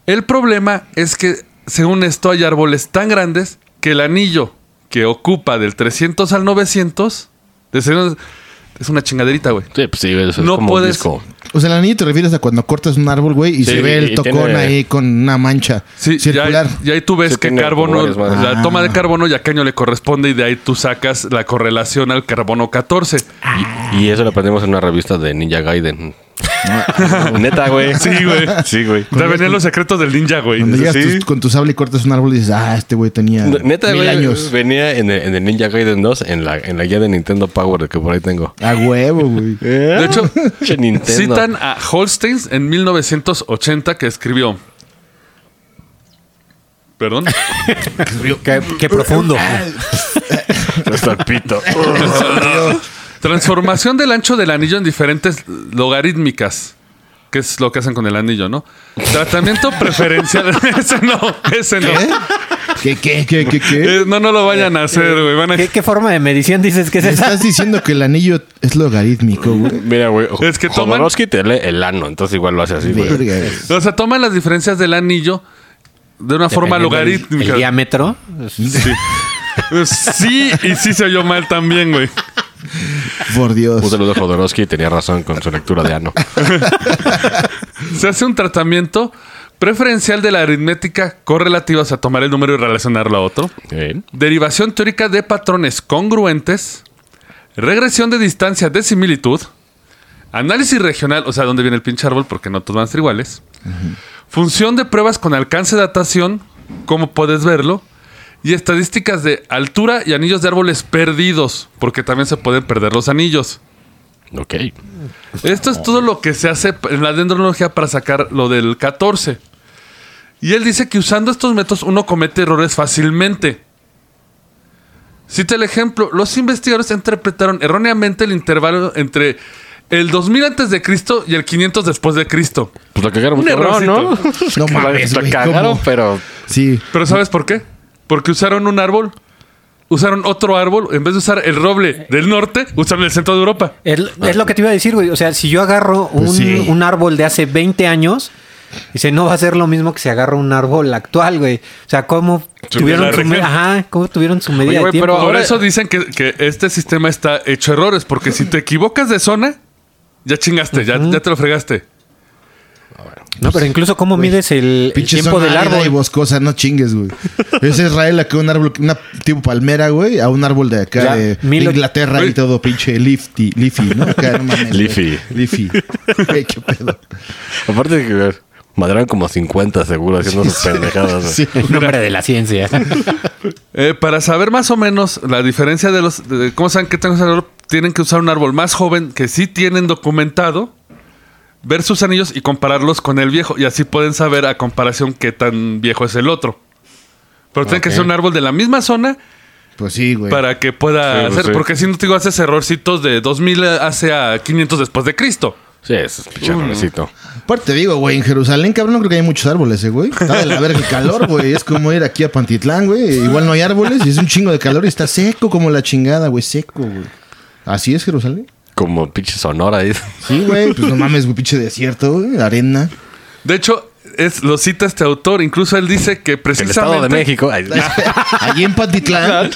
El problema es que, según esto, hay árboles tan grandes que el anillo que ocupa del 300 al 900, de 600, Es una chingaderita, güey.
Sí, pues sí, eso
No
es como un
puedes-
disco.
O sea, el anillo te refieres a cuando cortas un árbol, güey, y
Sí,
se ve el
y
tocón
tiene-
ahí con una mancha
Sí, ya,
circular.
ya ahí tú ves
Sí,
que
tiene
carbono,
como varias madres.
la
Ah.
toma de carbono y a qué año le corresponde y de ahí tú sacas la correlación al carbono 14.
Y, y eso lo aprendimos en una revista de Ninja Gaiden. Neta, güey.
Sí, güey.
Sí, güey.
Te venían los secretos del ninja, güey.
Cuando llegas
Sí.
tus- con tu sable y cortas un árbol y dices, ah, este güey tenía
Neta,
mil
güey.
años.
Venía en el, en el Ninja Gaiden 2 en la, en la guía de Nintendo Power que por ahí tengo.
A huevo, güey.
De hecho,
Che, Nintendo.
citan a Holstein en 1980 que escribió. Perdón.
Qué, qué profundo.
Hasta el pito.
Transformación del ancho del anillo en diferentes logarítmicas. Que es lo que hacen con el anillo, ¿no? Tratamiento preferencial. ese no, ese no.
¿Qué, qué, qué, qué, qué?
Eh, no, no lo vayan a hacer, güey. Van a-
¿Qué, qué forma de medición dices que es
¿Me
esa?
estás diciendo que el anillo es logarítmico, güey?
Mira, güey.
Es que toman-
Jodorowsky te lee el ano, entonces igual lo hace así, güey.
Verga, güey.
O sea, toman las diferencias del anillo de una forma
Dependiendo del-
logarítmica.
El diámetro.
Sí, y sí se oyó mal también, güey.
Por Dios.
Un
Pues
saludo a Jodorowsky, tenía razón con su lectura de ano.
Se hace un tratamiento preferencial de la aritmética correlativa, o sea, tomar el número y relacionarlo a otro.
Eh,
Derivación teórica de patrones congruentes. Regresión de distancia de similitud. Análisis regional, o sea, dónde viene el pinche árbol, porque no todos van a ser iguales. Función de pruebas con alcance de datación, como puedes verlo. Y estadísticas de altura y anillos de árboles perdidos, porque también se pueden perder los anillos.
Ok.
Esto es todo lo que se hace en la dendrología para sacar lo del 14. Y él dice que usando estos métodos uno comete errores fácilmente. Cita el ejemplo, los investigadores interpretaron erróneamente el intervalo entre el 2000 antes de Cristo y el 500 después de Cristo.
Pues la cagaron
Un
muy cabrón, ¿no?
No mames,
La
güey,
cagaron,
¿cómo?
pero
Sí.
Pero ¿sabes por qué? Porque usaron un árbol, usaron otro árbol, en vez de usar el roble del norte, usaron el centro de Europa.
Es, es lo que te iba a decir, güey. O sea, si yo agarro un,
Ah, Pues sí.
un árbol de hace 20 años, dice, no va a ser lo mismo que si agarro un árbol actual, güey. O sea, ¿cómo
Sí,
tuvieron
la
su, me-
región.
ajá, ¿cómo tuvieron su medida
Oye,
de
güey,
tiempo?
pero
Por
ahora-
eso dicen que, que este sistema está hecho errores, porque si te equivocas de zona, ya chingaste, ya, ya te lo fregaste.
No,
Pues,
pero incluso cómo mides el, el
Pinche
tiempo
zona
del
árida y
árbol.
boscosa, no chingues, güey. Es Israel a que un árbol, una tipo palmera, güey, a un árbol de acá
Ya,
de
mil-
Inglaterra y
Güey.
todo, pinche lifty, leafy, ¿no? Acá, no mames, güey.
Leafy.
Leafy. Güey, qué pedo.
aparte de que madrearon como 50 seguro haciendo sus pendejadas. güey.
Sí. Ah,
Un hombre de la ciencia.
Eh, para saber más o menos la diferencia de los... de ¿Cómo saben que tengo ese árbol? Tienen que usar un árbol más joven que sí tienen documentado, ver sus anillos y compararlos con el viejo. Y así pueden saber a comparación qué tan viejo es el otro. Pero tiene que ser un árbol de la misma zona
Pues sí, güey.
para que pueda
Sí, pues
hacer...
sí.
Porque si no, te digo, haces errorcitos de 2000 hacia 500 después de Cristo.
Sí, eso es
Mm.
picharroncito.
Aparte te digo, güey, en Jerusalén, cabrón, no creo que hay muchos árboles, eh, güey. Está de la verga el calor, güey. Es como ir aquí a Pantitlán, güey. Igual no hay árboles y es un chingo de calor y está seco como la chingada, güey. Seco, güey. Así es Jerusalén.
Como pinche sonora. dice.
Sí, güey. Pues no mames, güey, pinche desierto, güey. Arena.
De hecho, es, lo cita este autor. Incluso él dice que
El
precisamente.
Estado de México. Ay,
Ah. Allí en Pantitlán.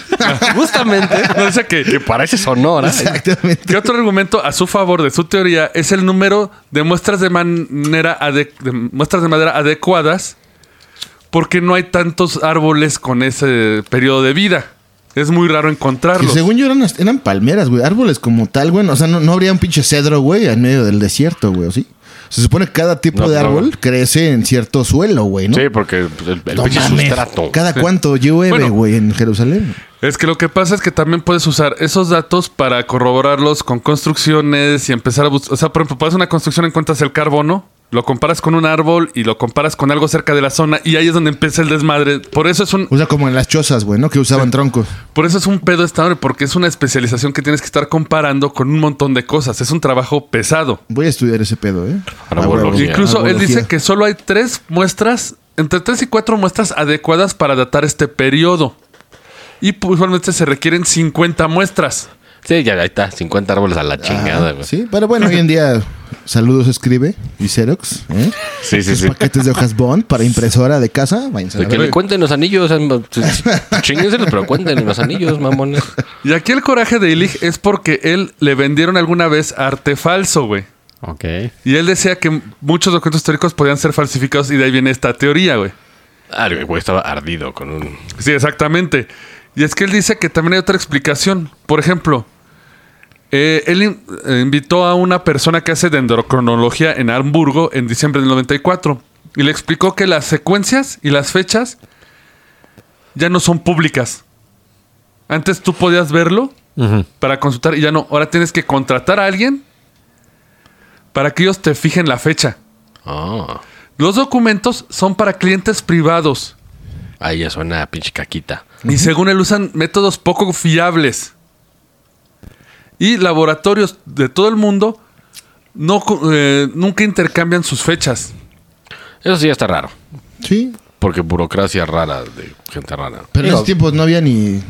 Justamente.
No, dice que,
Que parece sonora. ¿eh?
Exactamente.
que otro argumento a su favor de su teoría es el número de muestras de manera ade- de muestras de madera adecuadas, porque no hay tantos árboles con ese periodo de vida. Es muy raro
Que
encontrarlos.
según yo eran, eran palmeras, güey. Árboles como tal, güey. O sea, no, no habría un pinche cedro, güey, en medio del desierto, güey, ¿o sí? Se supone que cada tipo
No,
de
no,
árbol
güey.
crece en cierto suelo, güey, ¿no?
Sí, porque el, el
No
pinche
mames.
sustrato.
¿Cada cuánto llueve,
Bueno.
güey, en Jerusalén?
Es que lo que pasa es que también puedes usar esos datos para corroborarlos con construcciones y empezar a buscar. O sea, por ejemplo, pasas una construcción, encuentras el carbono, lo comparas con un árbol y lo comparas con algo cerca de la zona y ahí es donde empieza el desmadre. Por eso es un,
O sea, como en las chozas, güey, ¿no? Que usaban troncos.
por eso es un pedo esta madre, porque es una especialización que tienes que estar comparando con un montón de cosas. Es un trabajo pesado.
Voy a estudiar ese pedo, ¿eh? Ah,
Arbolología.
huevo.
Incluso él
Arbología.
dice que solo hay tres muestras, entre tres y cuatro muestras adecuadas para datar este periodo. Y pues, usualmente se requieren 50 muestras.
Sí, ya ahí está. 50 árboles a la chingada, güey.
Sí, pero bueno, hoy en día Saludos, escribe. Y Xerox. ¿eh?
Sí, sí,
Sus
sí.
paquetes de hojas Bond para impresora de casa. Váyanse a
De
la
que
verga.
le cuenten los anillos. Chinguenselos, pero cuenten los anillos, mamones.
Y aquí el coraje de Illich es porque él le vendieron alguna vez arte falso, güey.
Ok.
Y él decía que muchos documentos históricos podían ser falsificados y de ahí viene esta teoría, güey.
Ah, el güey estaba ardido con un.
Sí, exactamente. Y es que él dice que también hay otra explicación. Por ejemplo, eh, él in- eh, invitó a una persona que hace dendrocronología en Hamburgo en diciembre del 94 y le explicó que las secuencias y las fechas ya no son públicas. Antes tú podías verlo
Ujú.
para consultar y ya no. Ahora tienes que contratar a alguien para que ellos te fijen la fecha.
Ah,
Los documentos son para clientes privados.
ahí ya suena a pinche caquita.
Y según él usan métodos poco fiables. Y laboratorios de todo el mundo no, co- eh, nunca intercambian sus fechas.
Eso sí ya está raro.
Sí.
Porque burocracia rara de gente rara.
Pero en
Digo-
esos tiempos no había ni.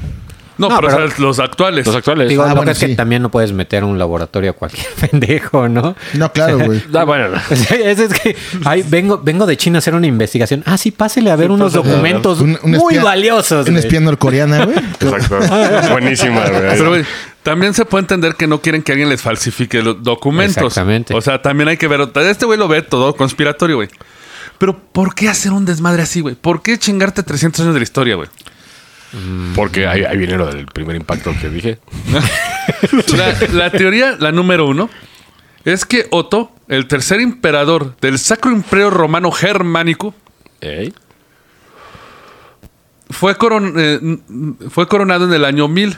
No,
No,
pero, o
pero-
sea, los actuales.
Los actuales.
Digo,
Ah,
lo
bueno,
que es
sí.
que también no puedes meter a un laboratorio a cualquier pendejo, ¿no?
No, claro, güey.
Ah, bueno.
O sea, es, es que ay, vengo, vengo de China a hacer una investigación. Ah, sí, pásele a ver unos documentos
Un- un
muy
espía-
valiosos.
Una
güey.
espía norcoreana, güey.
Ah,
Exacto. Buenísima, güey.
Ah, Pero, güey, también se puede entender que no quieren que alguien les falsifique los documentos.
Exactamente.
O sea, también hay que ver. Este güey lo ve todo conspiratorio, güey. Pero, ¿por qué hacer un desmadre así, güey? ¿Por qué chingarte 300 años de la historia, güey?
Porque ahí, ahí viene lo del primer impacto que dije.
La, la teoría, la número uno, es que Otto, el tercer emperador del Sacro Imperio Romano Germánico,
¿Eh?
fue, coron- eh, n- n- fue coronado en el año 1000,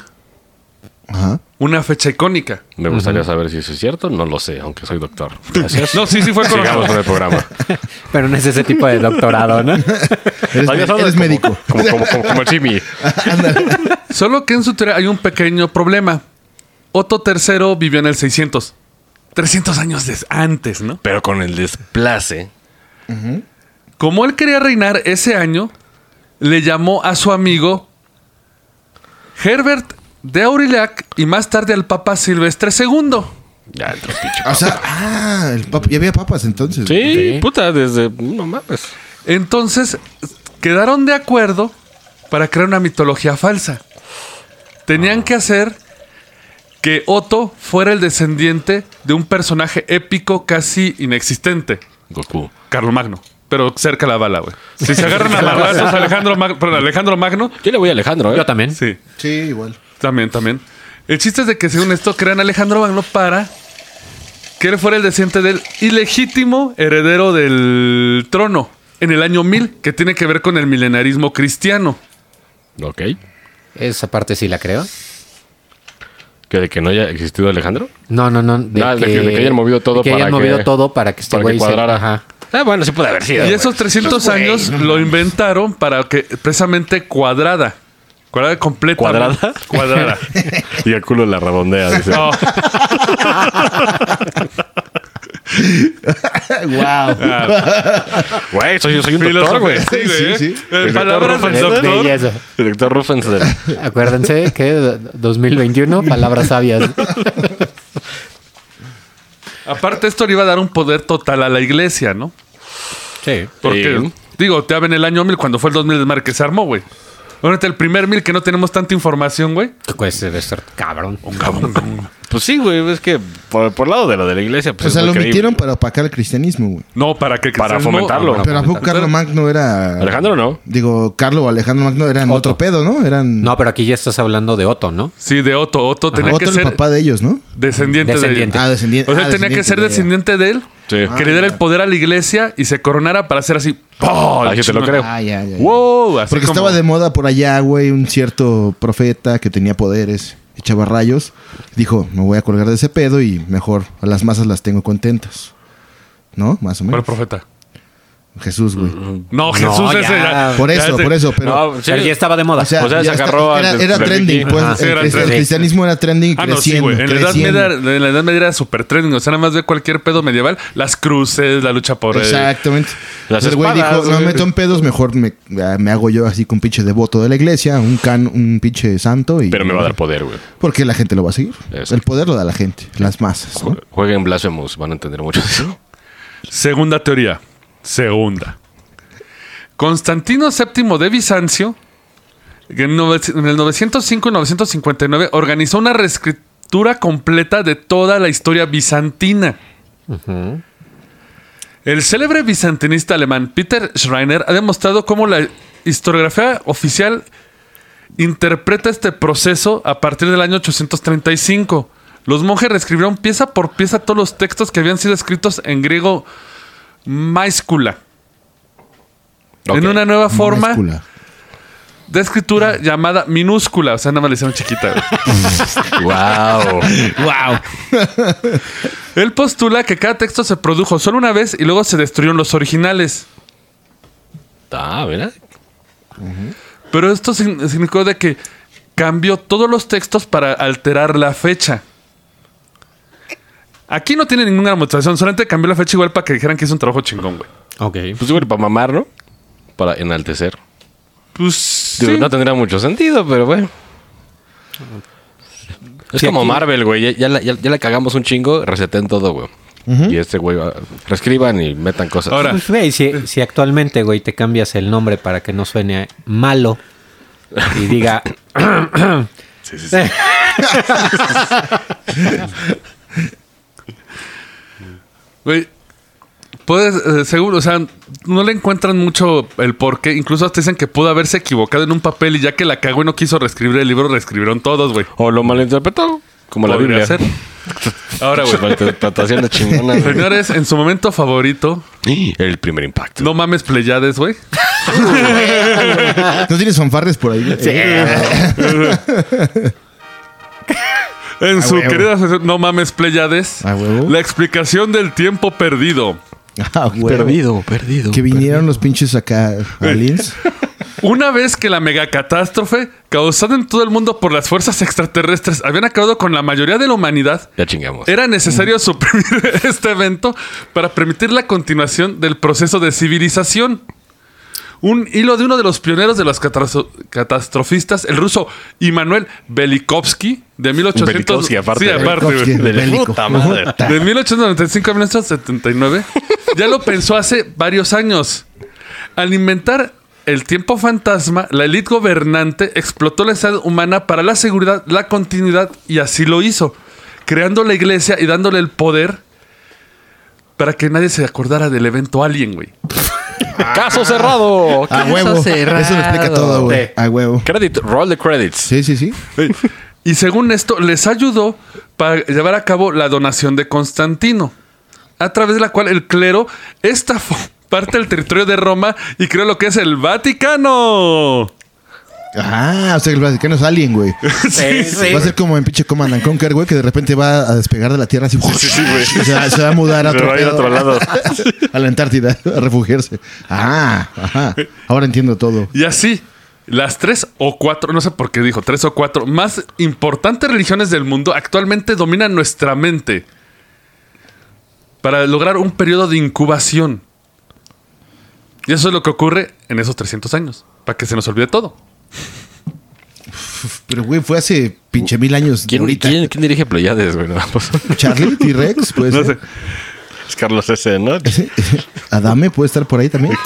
Ajá.
una fecha icónica.
Me gustaría saber si eso es cierto. No lo sé, aunque soy doctor. Gracias.
No, sí, sí fue coronado.
Sigamos con el programa.
Pero no es ese tipo de doctorado, ¿no?
Eres,
Ah, ya sabes,
eres
como-
médico.
Como, como, como, como el Simi.
Solo que en su teoría hay un pequeño problema. Otto III vivió en el 600. 300 años des- antes, ¿no?
Pero con el desplace.
Como él quería reinar ese año, le llamó a su amigo Herbert de Aurillac y más tarde al Papa Silvestre II.
Ya entró el pinche.
O sea, ah, el papa- ya había papas entonces.
Sí, puta, desde. No mames.
Entonces, quedaron de acuerdo para crear una mitología falsa. Tenían que hacer que Otto fuera el descendiente de un personaje épico casi inexistente,
Goku.
Carlomagno. Pero cerca la bala, güey. Si se agarran a balazos a Alejandro Magno, perdón, Alejandro Magno,
Yo le voy a Alejandro, ¿eh?
Yo también.
sí,
Sí, igual.
también, también. El chiste es de que según esto crean a Alejandro Magno para que él fuera el descendiente del ilegítimo heredero del trono en el año 1000, que tiene que ver con el milenarismo cristiano.
Ok.
Esa parte sí la creo.
¿Que de que no haya existido Alejandro?
No, no, no. De,
Ah, de que- de que hayan movido todo
de que
para
hayan movido
que-
todo para que este
para que
güey se-
cuadrara.
ajá.
Ah, bueno, sí puede haber sido.
Y
güey.
esos 300
Güey,
años
no
lo inventaron para que precisamente cuadrada. Cuadrada completa.
¿Cuadrada?
Cuadrada.
Y el culo la redondea. dice.
No.
wow.
Ah, Güey, soy, soy un doctor,
Filósofo.
güey.
Sí, güey.
Sí, sí.
Eh, Palabras del
Doctor
doctor.
Belleza.
El doctor Ruffens del-
Acuérdense que 2021, palabras sabias.
Aparte, esto le iba a dar un poder total a la iglesia, ¿no?
Sí.
Porque,
Sí.
digo, te en el año 1000 cuando fue el 2000 desmadre que se armó, güey. Ahorita el primer 1000 que no tenemos tanta información, güey.
Pues debe ser cabrón.
Pues sí, güey. Es que por, por lado de lo de la iglesia, pues.
O sea,
es
lo
muy creíble.
omitieron para opacar el cristianismo, güey.
No, para que...
Para
no,
fomentarlo.
no,
Pero a poco
fomentar.
Carlo Magno era.
Alejandro no.
Digo, Carlo o Alejandro Magno eran otro,
Otro.
pedo, ¿no? Eran.
No, pero aquí ya estás hablando de Otto, ¿no?
Sí, de Otto. Otto tenía
otro
que
el
ser
papá de ellos, ¿no?
descendiente,
Descendiente.
de...
Ah, descendiente.
O sea,
ah,
él tenía que ser descendiente de él.
Sí.
que le diera el poder a la iglesia y se coronara para hacer así. ¡Oh!
Ahí te lo creo.
Ah, ya, ya. ya.
¡Wow! Así
Porque
como-
estaba de moda por allá, güey, un cierto profeta que tenía poderes, echaba rayos. Dijo, me voy a colgar de ese pedo y mejor a las masas las tengo contentas. ¿No? Más o
Bueno,
menos.
profeta.
Jesús, güey.
No, Jesús
No,
ese
ya.
ya-
Por
Mm, ya
eso,
ese-
por eso, pero.
No, sí.
Pero ya estaba de moda.
O sea,
o sea, se
ya está-
agarró
era,
al-
era
de
trending,
Ricky.
pues.
Ajá, sí,
el,
era
cris- el
trending.
cristianismo era trending
Ah, no, sí,
creciendo.
güey. En la Edad
creciendo.
Media, en la Edad Media era super trending. O sea, nada más de cualquier pedo medieval. Las cruces, la lucha por... eh,
Exactamente.
Las
el güey
espadas,
dijo, no me
güey.
meto en pedos, mejor me, ah, me hago yo así con un pinche devoto de la iglesia, un can, un pinche santo y
Pero me va a dar poder, güey.
porque la gente lo va a seguir.
Exacto.
El poder lo da la gente, las masas, ¿no?
Jueguen Blasphemous, van a entender mucho.
Segunda teoría. Segunda. Constantino VII de Bizancio, en nove- en el 905 y 959, organizó una reescritura completa de toda la historia bizantina. El célebre bizantinista alemán Peter Schreiner ha demostrado cómo la historiografía oficial interpreta este proceso a partir del año 835. Los monjes reescribieron pieza por pieza todos los textos que habían sido escritos en griego maíscula.
Ok.
En una nueva forma
Máscula.
de escritura llamada minúscula. O sea, nada más le hicieron chiquita. güey.
wow.
Él postula que cada texto se produjo solo una vez y luego se destruyeron los originales.
Ah, mira.
Pero esto sign- significó de que cambió todos los textos para alterar la fecha. Aquí no tiene ninguna motivación, solamente cambió la fecha igual para que dijeran que hizo un trabajo chingón, güey.
Ok.
Pues igual para mamar, ¿no? Para enaltecer.
Pues
Digo,
sí.
No tendría mucho sentido, pero bueno. Es
Sí,
como
aquí-
Marvel, güey. Ya, ya la- ya- ya la cagamos un chingo, reseten todo, güey. Y este güey, va- reescriban y metan cosas.
Ahora,
Pues, güey, si, si actualmente, güey, te cambias el nombre para que no suene malo y diga...
güey, puedes, eh, seguro, o sea, no le encuentran mucho el porqué. Incluso hasta dicen que pudo haberse equivocado en un papel y ya que la cagó y no quiso reescribir el libro, reescribieron todos, güey.
O lo malinterpretó, como la
Podría
Biblia.
ser. Ahora, güey.
Malinterpretaciones chingonas. güey.
Señores, en su momento favorito,
El primer impacto.
no mames pleyades, güey.
¿No tienes fanfarres por ahí? güey? Eh.
En su
huevo.
querida sección, No mames Pleiades,
A huevo.
la explicación del tiempo perdido.
Ah, güey.
perdido.
Que vinieron los pinches acá aliens.
Una vez que la megacatástrofe causada en todo el mundo por las fuerzas extraterrestres habían acabado con la mayoría de la humanidad,
Ya chingamos.
era necesario suprimir este evento para permitir la continuación del proceso de civilización. Un hilo de uno de los pioneros de los catrazo- catastrofistas, el ruso Immanuel Velikovsky, de 1800...
Velikovsky, aparte.
Sí, aparte, güey.
Velikovsky,
del-
bélico.
puta madre.
De 1895 a 1979, ya lo pensó hace varios años. Al inventar el tiempo fantasma, la élite gobernante explotó la edad humana para la seguridad, la continuidad, y así lo hizo, creando la iglesia y dándole el poder para que nadie se acordara del evento Alien, güey.
¡Caso cerrado!
A
Caso
huevo. Eso lo explica todo, güey.
Sí.
A huevo.
Credit, roll the credits.
Sí, sí, sí.
Y según esto, les ayudó para llevar a cabo la donación de Constantino, a través de la cual el clero estafó parte del territorio de Roma y creó lo que es el Vaticano.
Ah, o sea, el Vaticano es alien, güey.
Sí, sí.
Va a ser como en pinche Command and Conquer, güey, que de repente va a despegar de la Tierra así.
sí, güey.
Se, va- se va a mudar a
Se
otro,
va a ir a
pedo.
otro lado.
a la Antártida, a refugiarse. Ah, ajá. Ahora entiendo todo.
Y así, las tres o cuatro, no sé por qué dijo, tres o cuatro más importantes religiones del mundo actualmente dominan nuestra mente para lograr un periodo de incubación. Y eso es lo que ocurre en esos 300 años, para que se nos olvide todo.
Pero, güey, fue hace pinche mil años. de
¿Quién,
ahorita.
quién- quién dirige Pleiades, güey? No, pues,
Charlie, T-Rex, puede
No
ser.
sé. Es Carlos S, ¿no?
Adame puede estar por ahí también.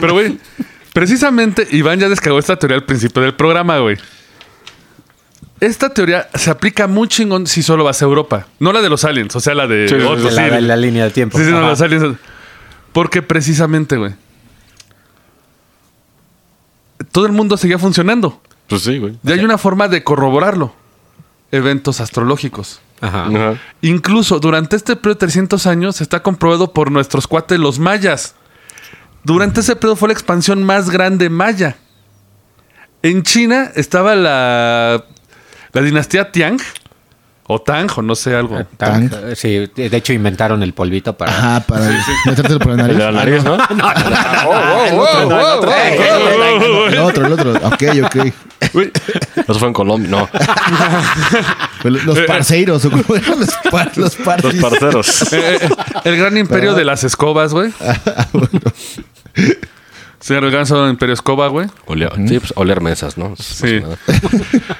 Pero, güey, precisamente Iván ya descargó esta teoría al principio del programa, güey. Esta teoría se aplica muy chingón si solo vas a Europa. No la de los aliens, o sea, la de...
Sí, sí,
otros,
sí,
la,
sí,
la- la línea del tiempo.
Sí, sí, no,
Ajá.
los aliens. Porque precisamente, güey. Todo el mundo seguía funcionando.
pues sí, güey.
Y hay una forma de corroborarlo. Eventos astrológicos.
Ajá.
Ajá.
Incluso durante este periodo de 300 años está comprobado por nuestros cuates los mayas. Durante ese periodo fue la expansión más grande maya. En China estaba la, la dinastía Tiang O Tanjo, no sé, algo.
Tank.
Eh, Sí, de hecho inventaron el polvito para...
Ajá, para metértelo por la
El de la
nariz. Ah,
nariz, ¿no?
El otro, el otro. Ok, ok.
Uy,
Eso fue en Colombia, no.
Los los parceiros. o como eran Los, par, los
Eh, Los
parcis.
parceros.
eh, eh, el gran imperio de las escobas, güey. Señor el gran imperio escoba, güey.
Olea- sí, pues oler mesas, ¿no?
Sí.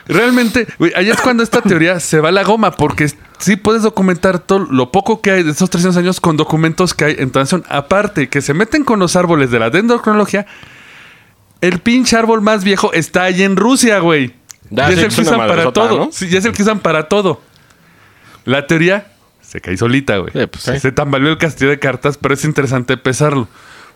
Realmente, güey, ahí es cuando esta teoría se va a la goma, porque sí puedes documentar todo lo poco que hay de esos 300 años con documentos que hay en transición. Aparte, que se meten con los árboles de la dendrocronología, el pinche árbol más viejo está ahí en Rusia, güey.
Da,
y es
sí,
el
es
que
una
usan para
madresota,
todo.
¿no?
Sí, y es el que usan para todo. La teoría se cae solita, güey.
Sí, pues, sí.
Se tambaleó el castillo de cartas, pero es interesante pesarlo.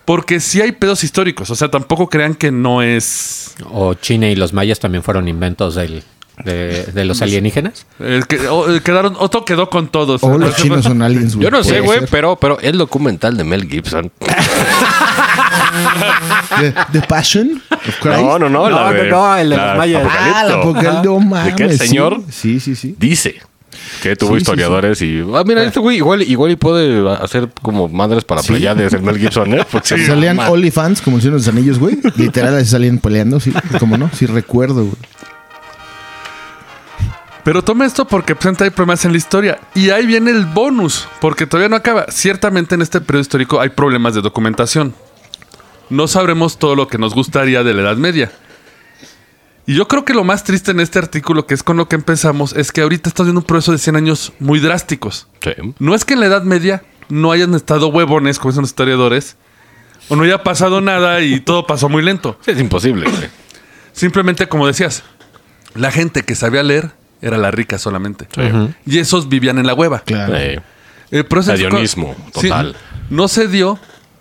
Porque sí hay pedos históricos. O sea, tampoco crean que no es...
O China y los mayas también fueron inventos del- de, de los alienígenas.
Eh, que- o- eh, quedaron, Otto quedó con todos.
O los chinos son aliens, güey.
Yo no sé,
Puede
güey,
ser.
pero, pero el documental de Mel Gibson.
The, The Passion of Christ.
No, no, no.
No,
la
no,
de-
no, el de
la
los mayas.
Apocalipto.
Ah, la Pocal de Omar.
¿De qué el señor?
Sí, sí, sí.
Dice que tuvo
Sí, sí,
historiadores y. Ah, mira, este güey igual, igual y puede hacer como madres para playades el Mel Gibson, ¿eh? Porque
Si Salían OnlyFans como hicieron los anillos, güey. Literal, así salían peleando, sí. Como no, sí recuerdo, güey.
Pero toma esto porque presenta hay problemas en la historia. Y ahí viene el bonus, porque todavía no acaba. Ciertamente en este periodo histórico hay problemas de documentación. No sabremos todo lo que nos gustaría de la Edad Media. Y yo creo que lo más triste en este artículo, que es con lo que empezamos, es que ahorita estamos viendo un proceso de 100 años muy drásticos.
Sí.
No es que en la Edad Media no hayan estado huevones, como dicen los historiadores, o no haya pasado nada y todo pasó muy lento.
Sí, Es imposible, güey.
Simplemente, como decías, la gente que sabía leer era la rica solamente. Y esos vivían en la hueva.
Claro.
Sí.
El proceso-
Hedionismo total.
no se dio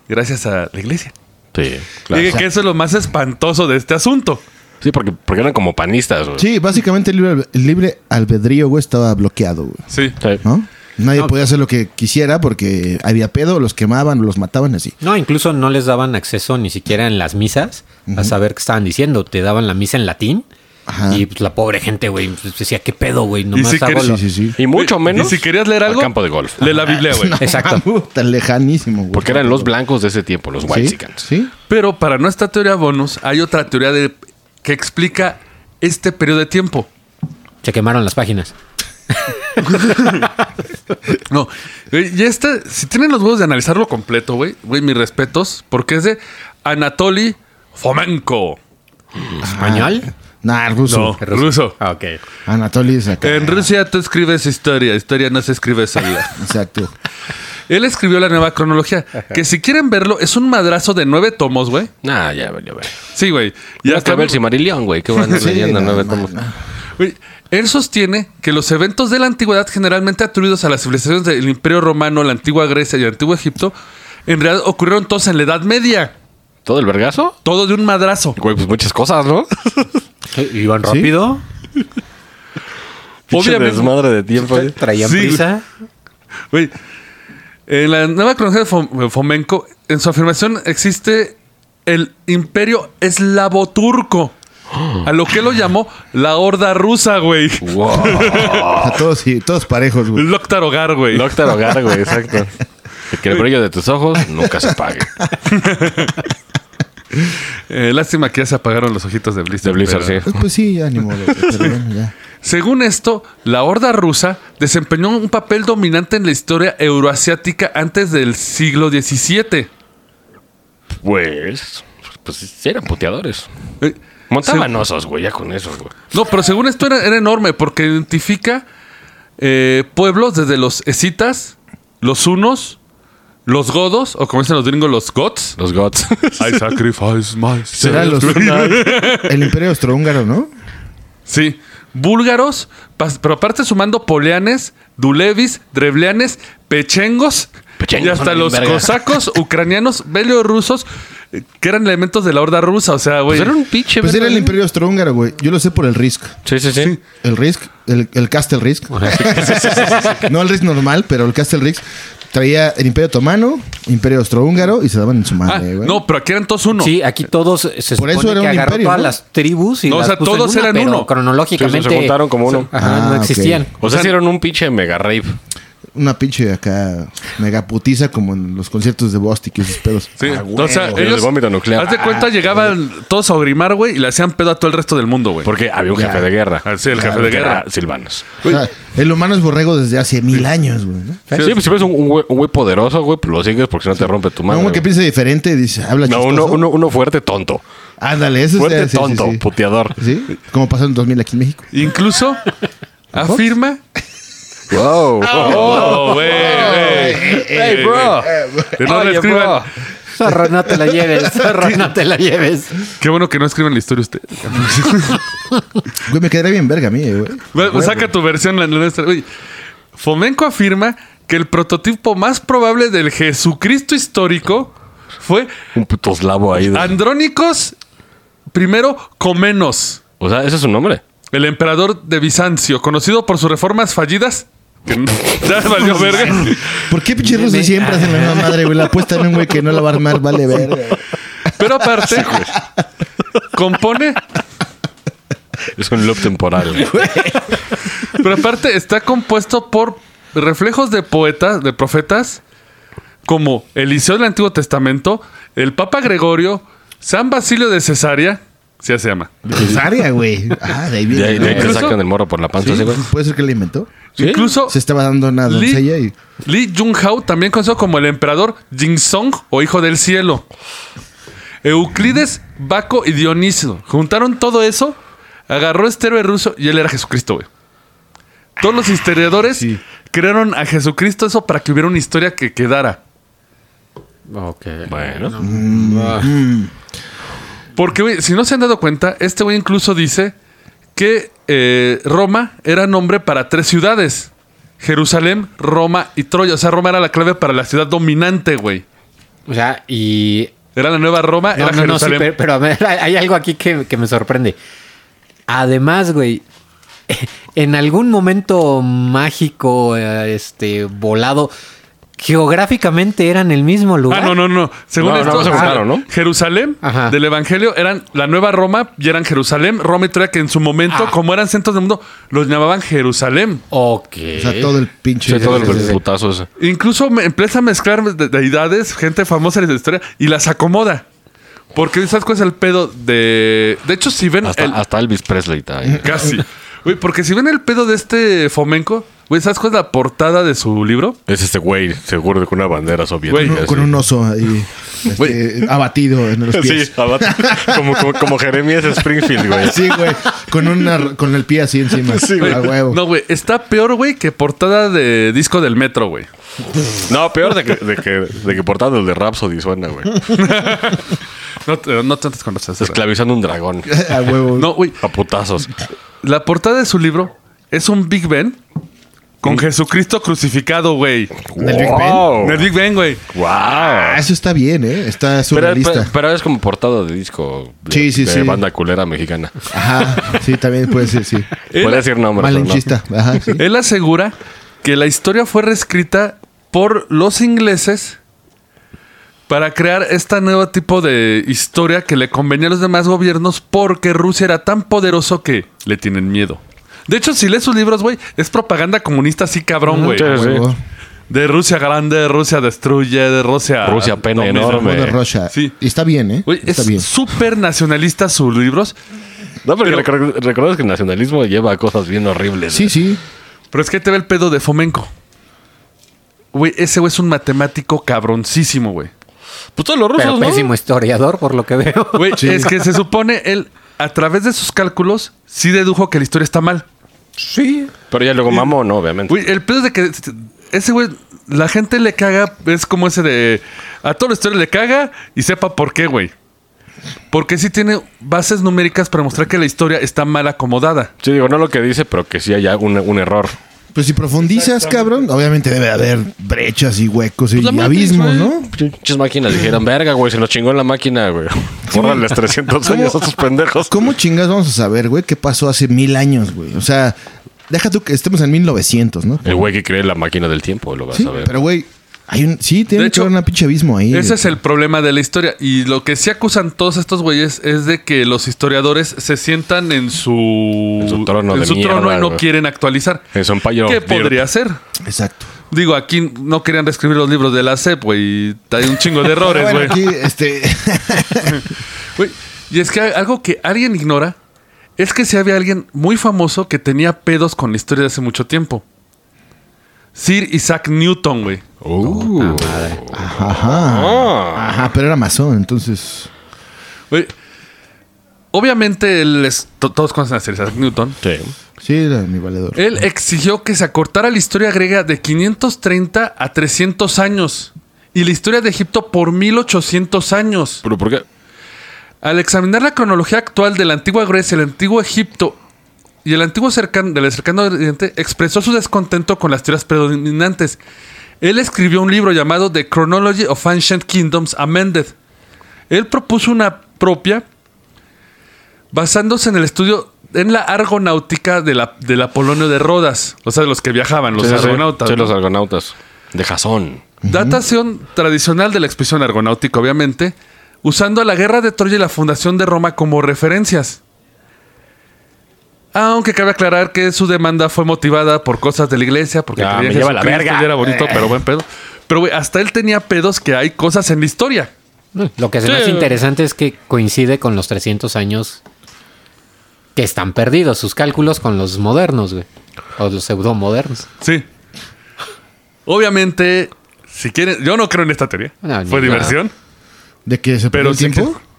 gracias a la iglesia.
Sí,
Y
claro.
que eso es lo más espantoso de este asunto.
Sí, porque, porque eran como panistas, güey.
Sí, básicamente el libre, el libre albedrío, güey, estaba bloqueado, güey.
Sí.
Sí.
¿No? Nadie podía hacer lo que quisiera porque había pedo, los quemaban, los mataban así.
No, incluso no les daban acceso ni siquiera en las misas a saber qué estaban diciendo. Te daban la misa en latín
Ajá.
y pues, la pobre gente, güey, pues, decía, ¿qué pedo, güey?
Y
Nomás
si
hago
querías-
lo-
Sí, sí, sí.
Y mucho menos.
Y si querías leer
al
algo,
campo de golf.
lee la Biblia, güey.
Exacto.
Tan lejanísimo, güey.
Porque eran los blancos de ese tiempo, los
¿Sí?
white
¿Sí?
Pero para nuestra teoría bonus, hay otra teoría de, que explica este periodo de tiempo.
Se quemaron las páginas.
No. eh, Y este, si tienen los huevos de analizarlo completo, güey, güey, mis respetos, porque es de Anatoly Fomenko.
Ah.
¿Español?
Nah,
No,
ruso.
ruso.
Ah, ok.
Anatoly es acá.
En Rusia tú escribes historia, historia no se escribe sola.
Exacto.
Él escribió la nueva cronología, que si quieren verlo, es un madrazo de nueve tomos, güey.
Nah, ya, ya, ya.
Sí, güey. Y
Ya
hasta-
acabé el Cimarillón, güey. Qué bueno,
Sí,
leyenda
no,
nueve
no,
tomos.
no.
Güey, Él sostiene que los eventos de la antigüedad, generalmente atribuidos a las civilizaciones del Imperio Romano, la antigua Grecia y el antiguo Egipto, en realidad ocurrieron todos en la Edad Media.
¿Todo el vergazo?
Todo de un madrazo.
Güey, pues muchas cosas, ¿no?
Iban rápido,
Pinche
Obviamente.
desmadre de tiempo. eh.
traían
Sí,
prisa.
Güey, en la nueva cronología de Fom- Fomenko, en su afirmación existe el imperio eslavo turco. A lo que lo llamó la horda rusa, güey.
O sea, todos, sí, todos parejos, güey.
Loctar hogar, güey.
Doctor Hogar, güey, exacto. Que el brillo de tus ojos nunca se apague.
Eh, lástima que ya se apagaron los ojitos de Blizzard.
De Blizzard,
pero-
sí.
Pues, pues sí, ya ni modo. güey, Pero bueno, ya.
Según esto, la horda rusa desempeñó un papel dominante en la historia euroasiática antes del siglo XVII.
Pues, pues sí, eran puteadores.
Eh,
Montaban
se-
osos, güey, ya con esos, güey.
No, pero según esto era, era enorme porque identifica eh, pueblos desde los escitas, los hunos, los godos, o como dicen los gringos, los gots.
Los gods.
I sacrifice myself.
Será los, el imperio austrohúngaro, ¿no?
Sí, búlgaros, pas- pero aparte sumando polianes, dulevis, drevlianes, pechengos,
Pechengos
y hasta
son
los
verga.
cosacos, ucranianos, belorrusos, eh, que eran elementos de la horda rusa. O sea, güey.
Pues era un pinche,
Pues era
verga,
el imperio austrohúngaro, güey. Yo lo sé por el Risk.
Sí, sí, sí.
El Risk, el, el Castle Risk. no el Risk normal, pero el Castle Risk. Traía el Imperio Otomano, Imperio Austrohúngaro y se daban en su
Ah,
madre, güey.
no, pero aquí eran todos uno.
Sí, aquí todos se
Por
supone
eso era
que
un
agarró
imperio,
todas
¿no?
las tribus y
No, o
las
sea,
puso en
todos
una,
eran
pero
uno.
cronológicamente
Sí, se juntaron como uno.
Ajá,
Ah,
no
ok.
existían.
O sea, hicieron un pinche mega rave.
Una pinche acá megaputiza como en los conciertos de Bostic y esos pedos.
Sí.
Ah,
o sea,
güey. El vómito nuclear. Ah,
Haz de cuenta, llegaban todos a Ogrimar, güey, y le hacían pedo a todo el resto del mundo, güey.
Porque había un jefe de guerra.
Ah, sí, el jefe de
Que
guerra.
era Silvanos.
o sea, el humano es borrego desde hace mil años, güey. ¿no?
Sí, pues si ves un un güey un güey poderoso, güey, pues lo sigues porque si no te rompe tu
No,
mano.
uno que piense diferente y dice, habla
No,
chistoso.
uno, uno, uno fuerte tonto.
Ándale, ese
Fuerte
es sí, sí,
tonto,
sí.
puteador.
¿Sí? Como pasó en 2000 aquí en México.
Incluso afirma.
Wow.
Oh, güey, güey.
Hey, bro.
Que no
Oye,
le escriban.
bro.
Zorro, no te la lleves, zorro, no te la lleves.
Qué bueno que no escriban la historia ustedes.
Güey, me quedaría bien verga a mí, güey.
Güey, Saca tu versión, la nuestra. Güey. Fomenco afirma que el prototipo más probable del Jesucristo histórico fue
Un puto eslavo ahí. de-
Ah. Andrónicos primero Comenos.
O sea, ese es su nombre.
El emperador de Bizancio, conocido por sus reformas fallidas. que no- ya valió verga.
¿Por qué pinche rusos
Dime.
siempre hacen la misma madre, güey? La apuesta en un güey que no la va a armar, vale verga. güey.
Pero aparte, compone.
Es un loop temporal. güey.
Pero aparte, está compuesto por reflejos de poetas, de profetas, como Eliseo del Antiguo Testamento, el Papa Gregorio, San Basilio de Cesarea. Sí, así se llama.
Cesárea, Pues, güey. Ah, de ahí
De
viene.
ahí, de ahí te
Incluso-
sacan el morro por la panza. así, güey.
¿Puede ser que la inventó?
Incluso
Se estaba dando una
Li-
doncella y...
Li Junhao, también conocido como el emperador Jin Song o hijo del cielo. Euclides, Baco y Dioniso. Juntaron todo eso, agarró este héroe ruso y él era Jesucristo, güey. Todos los historiadores
sí.
crearon a Jesucristo eso para que hubiera una historia que quedara.
Ok.
Bueno.
Porque, güey, si no se han dado cuenta, este güey incluso dice que eh, Roma era nombre para tres ciudades. Jerusalén, Roma y Troya. O sea, Roma era la clave para la ciudad dominante, güey.
O sea, y
Era la nueva Roma, era
No, no, no, sí,
Jerusalén.
pero, pero a ver, hay hay algo aquí que, que me sorprende. Además, güey, en algún momento mágico, eh, este, volado, geográficamente eran el mismo
Ah,
lugar.
no, no, no. Según
No, no,
esto,
no se juntaron, ¿no?
Jerusalén
Ajá.
del Evangelio eran la nueva Roma y eran Jerusalén, Roma y Troya, que en su momento,
Ah.
como eran centros del mundo, los llamaban Jerusalén.
Ok.
O sea, todo el pinche...
Sí, todo el
Sí, sí, sí.
putazo ese.
Incluso me empieza a mezclar de- deidades, gente famosa de la historia, y las acomoda. Porque ¿sabes cuál es el pedo de. De hecho, si ven.
Hasta,
el-
hasta Elvis Presley está ahí.
Casi. Güey, porque si ven el pedo de este Fomenco, güey, ¿sabes cuál es la portada de su libro?
Es este güey, seguro con una bandera soviética.
Güey,
así.
Con un oso ahí, este, abatido en los pies.
Sí, abajo. como, como, como Jeremías Springfield, güey.
Sí, güey. Con, una, con el pie así encima. Sí,
Güey,
A huevo.
No, güey, está peor, güey, que portada de disco del metro, güey.
No, peor de que, de que, de que portada del de Rhapsody suena, güey.
No, te- no te antes conoces.
Esclavizando un dragón.
A huevo.
No, güey.
A putazos.
La portada de su libro es un Big Ben con Jesucristo crucificado, güey.
¿En el Big
Wow.
En el Big Ben, güey.
Ah,
Wow.
eso está bien, ¿eh? Está
Pero,
surrealista.
pero- pero es como portada de disco de,
Sí, sí,
de
sí.
banda culera mexicana.
Ajá. Sí, también puede ser, sí.
Puede decir nombres. pero no.
Malinchista. Ajá, sí.
Él asegura que la historia fue reescrita por los ingleses para crear este nuevo tipo de historia que le convenía a los demás gobiernos porque Rusia era tan poderoso que le tienen miedo. De hecho, si lees sus libros, güey, es propaganda comunista así cabrón, güey.
A huevo.
De Rusia grande, Rusia destruye, de Rusia...
Rusia pene
domina.
enorme.
Modo Russia.
Sí.
Y está bien, ¿eh?
Güey,
está bien.
es súper nacionalista sus libros,
No, porque
Pero-
recor- recuerdas que el nacionalismo lleva a cosas bien horribles.
Sí, sí.
pero es que ahí te ve el pedo de Fomenko. Güey, ese güey es un matemático cabroncísimo, güey.
Pues todos los rusos,
Pero
¿no?
pésimo historiador, por lo que veo.
Güey, es que se supone él, a través de sus cálculos, sí dedujo que la historia está mal.
Sí.
Pero ya luego mamó, ¿no? Obviamente.
Güey, el pedo es de que ese güey, la gente le caga, es como ese de. A toda la historia le caga y sepa por qué, güey. Porque sí tiene bases numéricas para mostrar que la historia está mal acomodada.
Sí, digo, no lo que dice, pero que sí hay un, un error.
Pues si profundizas, cabrón, obviamente debe haber brechas y huecos y abismos, ¿no?
Muchas máquinas dijeron, verga, güey, se lo chingó en la máquina, güey.
Bórrales 300 años a esos pendejos.
¿Cómo chingas vamos a saber, güey, qué pasó hace mil años, güey? O sea, deja tú que estemos en 1900, ¿no?
El güey que cree la máquina del tiempo, lo vas
Sí,
a ver.
pero güey, Hay un, sí, tiene
De
que
hecho,
haber un pinche abismo ahí.
Ese es el problema de la historia. Y lo que sí acusan todos estos güeyes es de que los historiadores se sientan en su,
En su trono
en
de
su
mierda,
trono y no
güey.
quieren actualizar.
En su empire
¿Qué
of dirt.
podría ser?
Exacto.
Digo, aquí no querían reescribir los libros de la CEP, güey. y Hay un chingo de errores,
Bueno,
güey.
aquí, este,
Güey, Y es que algo que alguien ignora es que si había alguien muy famoso que tenía pedos con la historia de hace mucho tiempo. Sir Isaac Newton, güey.
Uh.
ajá. Ajá, pero era masón, entonces.
Güey, Obviamente, él es- to- todos conocen a Sir Isaac Newton.
Sí.
Sí, era mi valedor.
Él exigió que se acortara la historia griega de 530 a 300 años y la historia de Egipto por 1800 años.
¿Pero por qué?
Al examinar la cronología actual de la antigua Grecia, el antiguo Egipto y el antiguo cercano, del cercano Oriente, expresó su descontento con las teorías predominantes. Él escribió un libro llamado The Chronology of Ancient Kingdoms Amended. Él propuso una propia basándose en el estudio en la argonáutica de la, del Apolonio de Rodas, o sea, de los que viajaban, los
Sí, sí,
argonautas.
Sí,
¿no?
los argonautas. De Jasón.
Datación tradicional de la expedición argonáutica, obviamente, usando a la guerra de Troya y la fundación de Roma como referencias. Aunque cabe aclarar que su demanda fue motivada por cosas de la iglesia, porque
Ah,
creía
me
en
lleva la
Jesucristo
verga. Eh.
y era bonito, pero buen pedo. Pero güey, hasta él tenía pedos que hay cosas en la historia.
Lo que se me hace interesante es que coincide con los 300 años que están perdidos sus cálculos con los modernos, güey. O los pseudomodernos.
Sí. Obviamente, si quieren, yo no creo en esta teoría.
No, ni
fue
nada.
diversión.
¿De que se perdió
Pero
el
sí
tiempo?
que-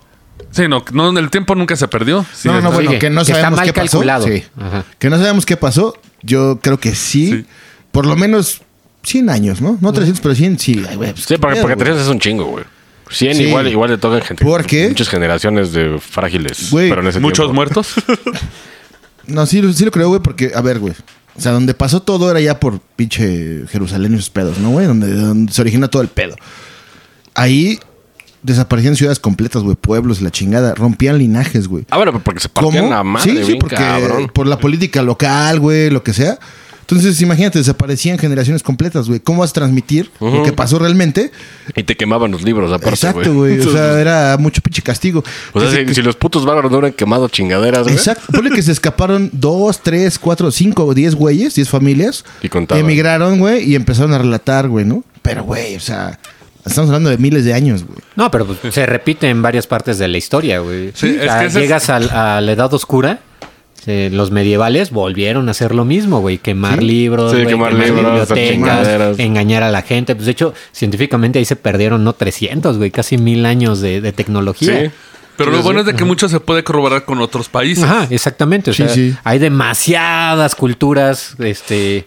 Sí, no, no, el tiempo nunca se perdió. Sí,
no, no,
sí,
bueno,
que-
que no
que está
sabemos
mal
qué pasó.
calculado.
Sí.
Ajá.
Que no sabemos qué pasó. Yo creo que sí.
Sí.
Por lo menos 100 años, ¿no? No 300, pero 100, sí. Ay, güey, pues,
Sí,
qué
porque,
pedo,
porque
güey.
300 es un chingo, güey. 100
Sí.
igual, igual le tocan gente.
¿Por qué?
Muchas generaciones de frágiles.
Güey,
pero en ese
Muchos
tiempo.
muertos.
No, sí, sí lo creo, güey, porque, a ver, güey. O sea, donde pasó todo era ya por pinche Jerusalén y sus pedos, ¿no, güey? Donde, donde se origina todo el pedo. Ahí desaparecían ciudades completas, güey, pueblos, la chingada. Rompían linajes, güey.
Ah, bueno, pero porque se partían
¿Cómo?
la madre,
sí, sí,
bien
porque
cabrón.
por la política local, güey, lo que sea. Entonces, imagínate, desaparecían generaciones completas, güey. ¿Cómo vas a transmitir lo que pasó realmente?
Y te quemaban los libros, aparte, güey.
Exacto, güey. O sea, era mucho pinche castigo.
O sea,
Que se-
si, si los putos bárbaros no hubieran quemado chingaderas, güey.
Exacto. Ponle que se escaparon dos, tres, cuatro, cinco o diez güeyes, diez familias.
Y contaban.
Emigraron, güey, y empezaron a relatar, güey, ¿no? Pero, güey, o sea, estamos hablando de miles de años, güey.
No, pero pues, se repite en varias partes de la historia, güey.
Sí,
O sea,
es que ese es-
llegas al- a la Edad Oscura. eh, los medievales volvieron a hacer lo mismo, güey. Quemar libros,
Sí,
güey,
quemar
quemar,
libros, hacer
bibliotecas,
chingaderas.
engañar a la gente. Pues de hecho, científicamente ahí se perdieron, no 300, güey, casi mil años de, de tecnología.
Sí.
Pero lo bueno es de que mucho se puede corroborar con otros países.
Ajá, exactamente. O
Sí,
sea,
sí.
hay demasiadas culturas, este,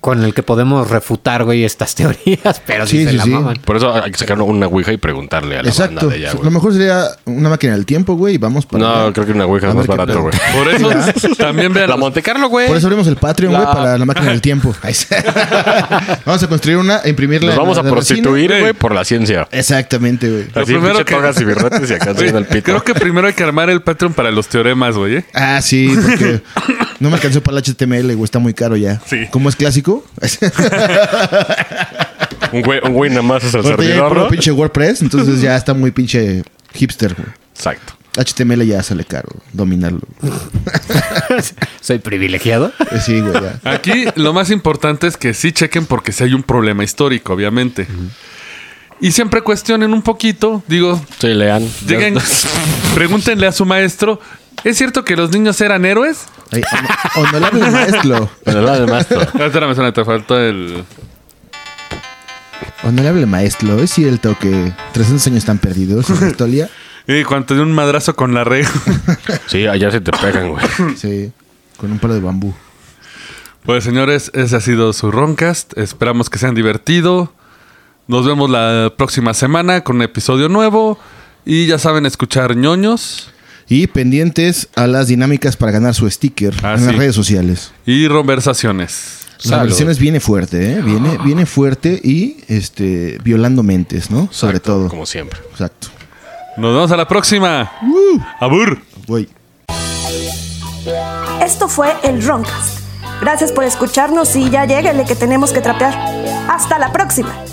con el que podemos refutar, güey, estas teorías, pero sí,
Sí,
se
sí,
la
sí.
maman.
Por eso hay que sacar una ouija y preguntarle a la
Exacto.
banda de allá,
lo
güey.
mejor sería una máquina del tiempo, güey, y vamos para.
No,
allá.
creo que una ouija
A
es más
ver qué
barato,
pedo.
güey.
Por eso también vean
La Monte Carlo, güey.
Por eso abrimos el Patreon, güey, para la máquina del tiempo. Ahí está. vamos a construir una, e imprimirla.
Nos
en
vamos
la
a
de resina.
prostituir,
Sí.
güey, por la ciencia.
Exactamente, güey.
Lo
Así,
primero
pinche
que-
togas y birretes y acá
Oye,
enseñando el pito.
Creo que primero hay que armar el Patreon para los teoremas, güey. ¿eh?
Ah, sí, porque no me alcanzó para el HTML, güey, está muy caro ya.
Sí.
Como es clásico,
Pues Un güey, un güey nada más es el
ahorita ya hay
servidor,
Pues puro
¿no?
pinche WordPress, entonces ya está muy pinche hipster, güey.
Exacto.
HTML ya sale caro dominarlo.
Soy privilegiado.
Eh, Sí, güey, ya.
Aquí lo más importante es que sí chequen porque sí hay un problema histórico, obviamente. Y siempre cuestionen un poquito. Digo,
Sí, lean.
lleguen, pregúntenle a su maestro. ¿Es cierto que los niños eran héroes?
Ay, hon- honorable maestro.
Bueno, lo demás, todo.
Espérame, suena, te falta el...
Honorable maestro, es cierto que 300 años están perdidos en la historia.
Y cuando te dio un madrazo con la regla.
Sí, allá se te pegan, güey.
Sí, con un palo de bambú.
Pues señores, ese ha sido su Roncast. Esperamos que se han divertido. Nos vemos la próxima semana con un episodio nuevo. Y ya saben, escuchar ñoños
Y pendientes a las dinámicas para ganar su sticker
Ah,
en
sí.
las redes sociales.
y conversaciones.
La versiones viene fuerte, ¿eh? Viene, viene fuerte y este violando mentes, ¿no? Sobre
Exacto,
todo.
Como siempre.
Exacto.
Nos vemos a la próxima. ¡Abur!
Güey.
Esto fue el Roncast. Gracias por escucharnos y ya lléguenle que tenemos que trapear. Hasta la próxima.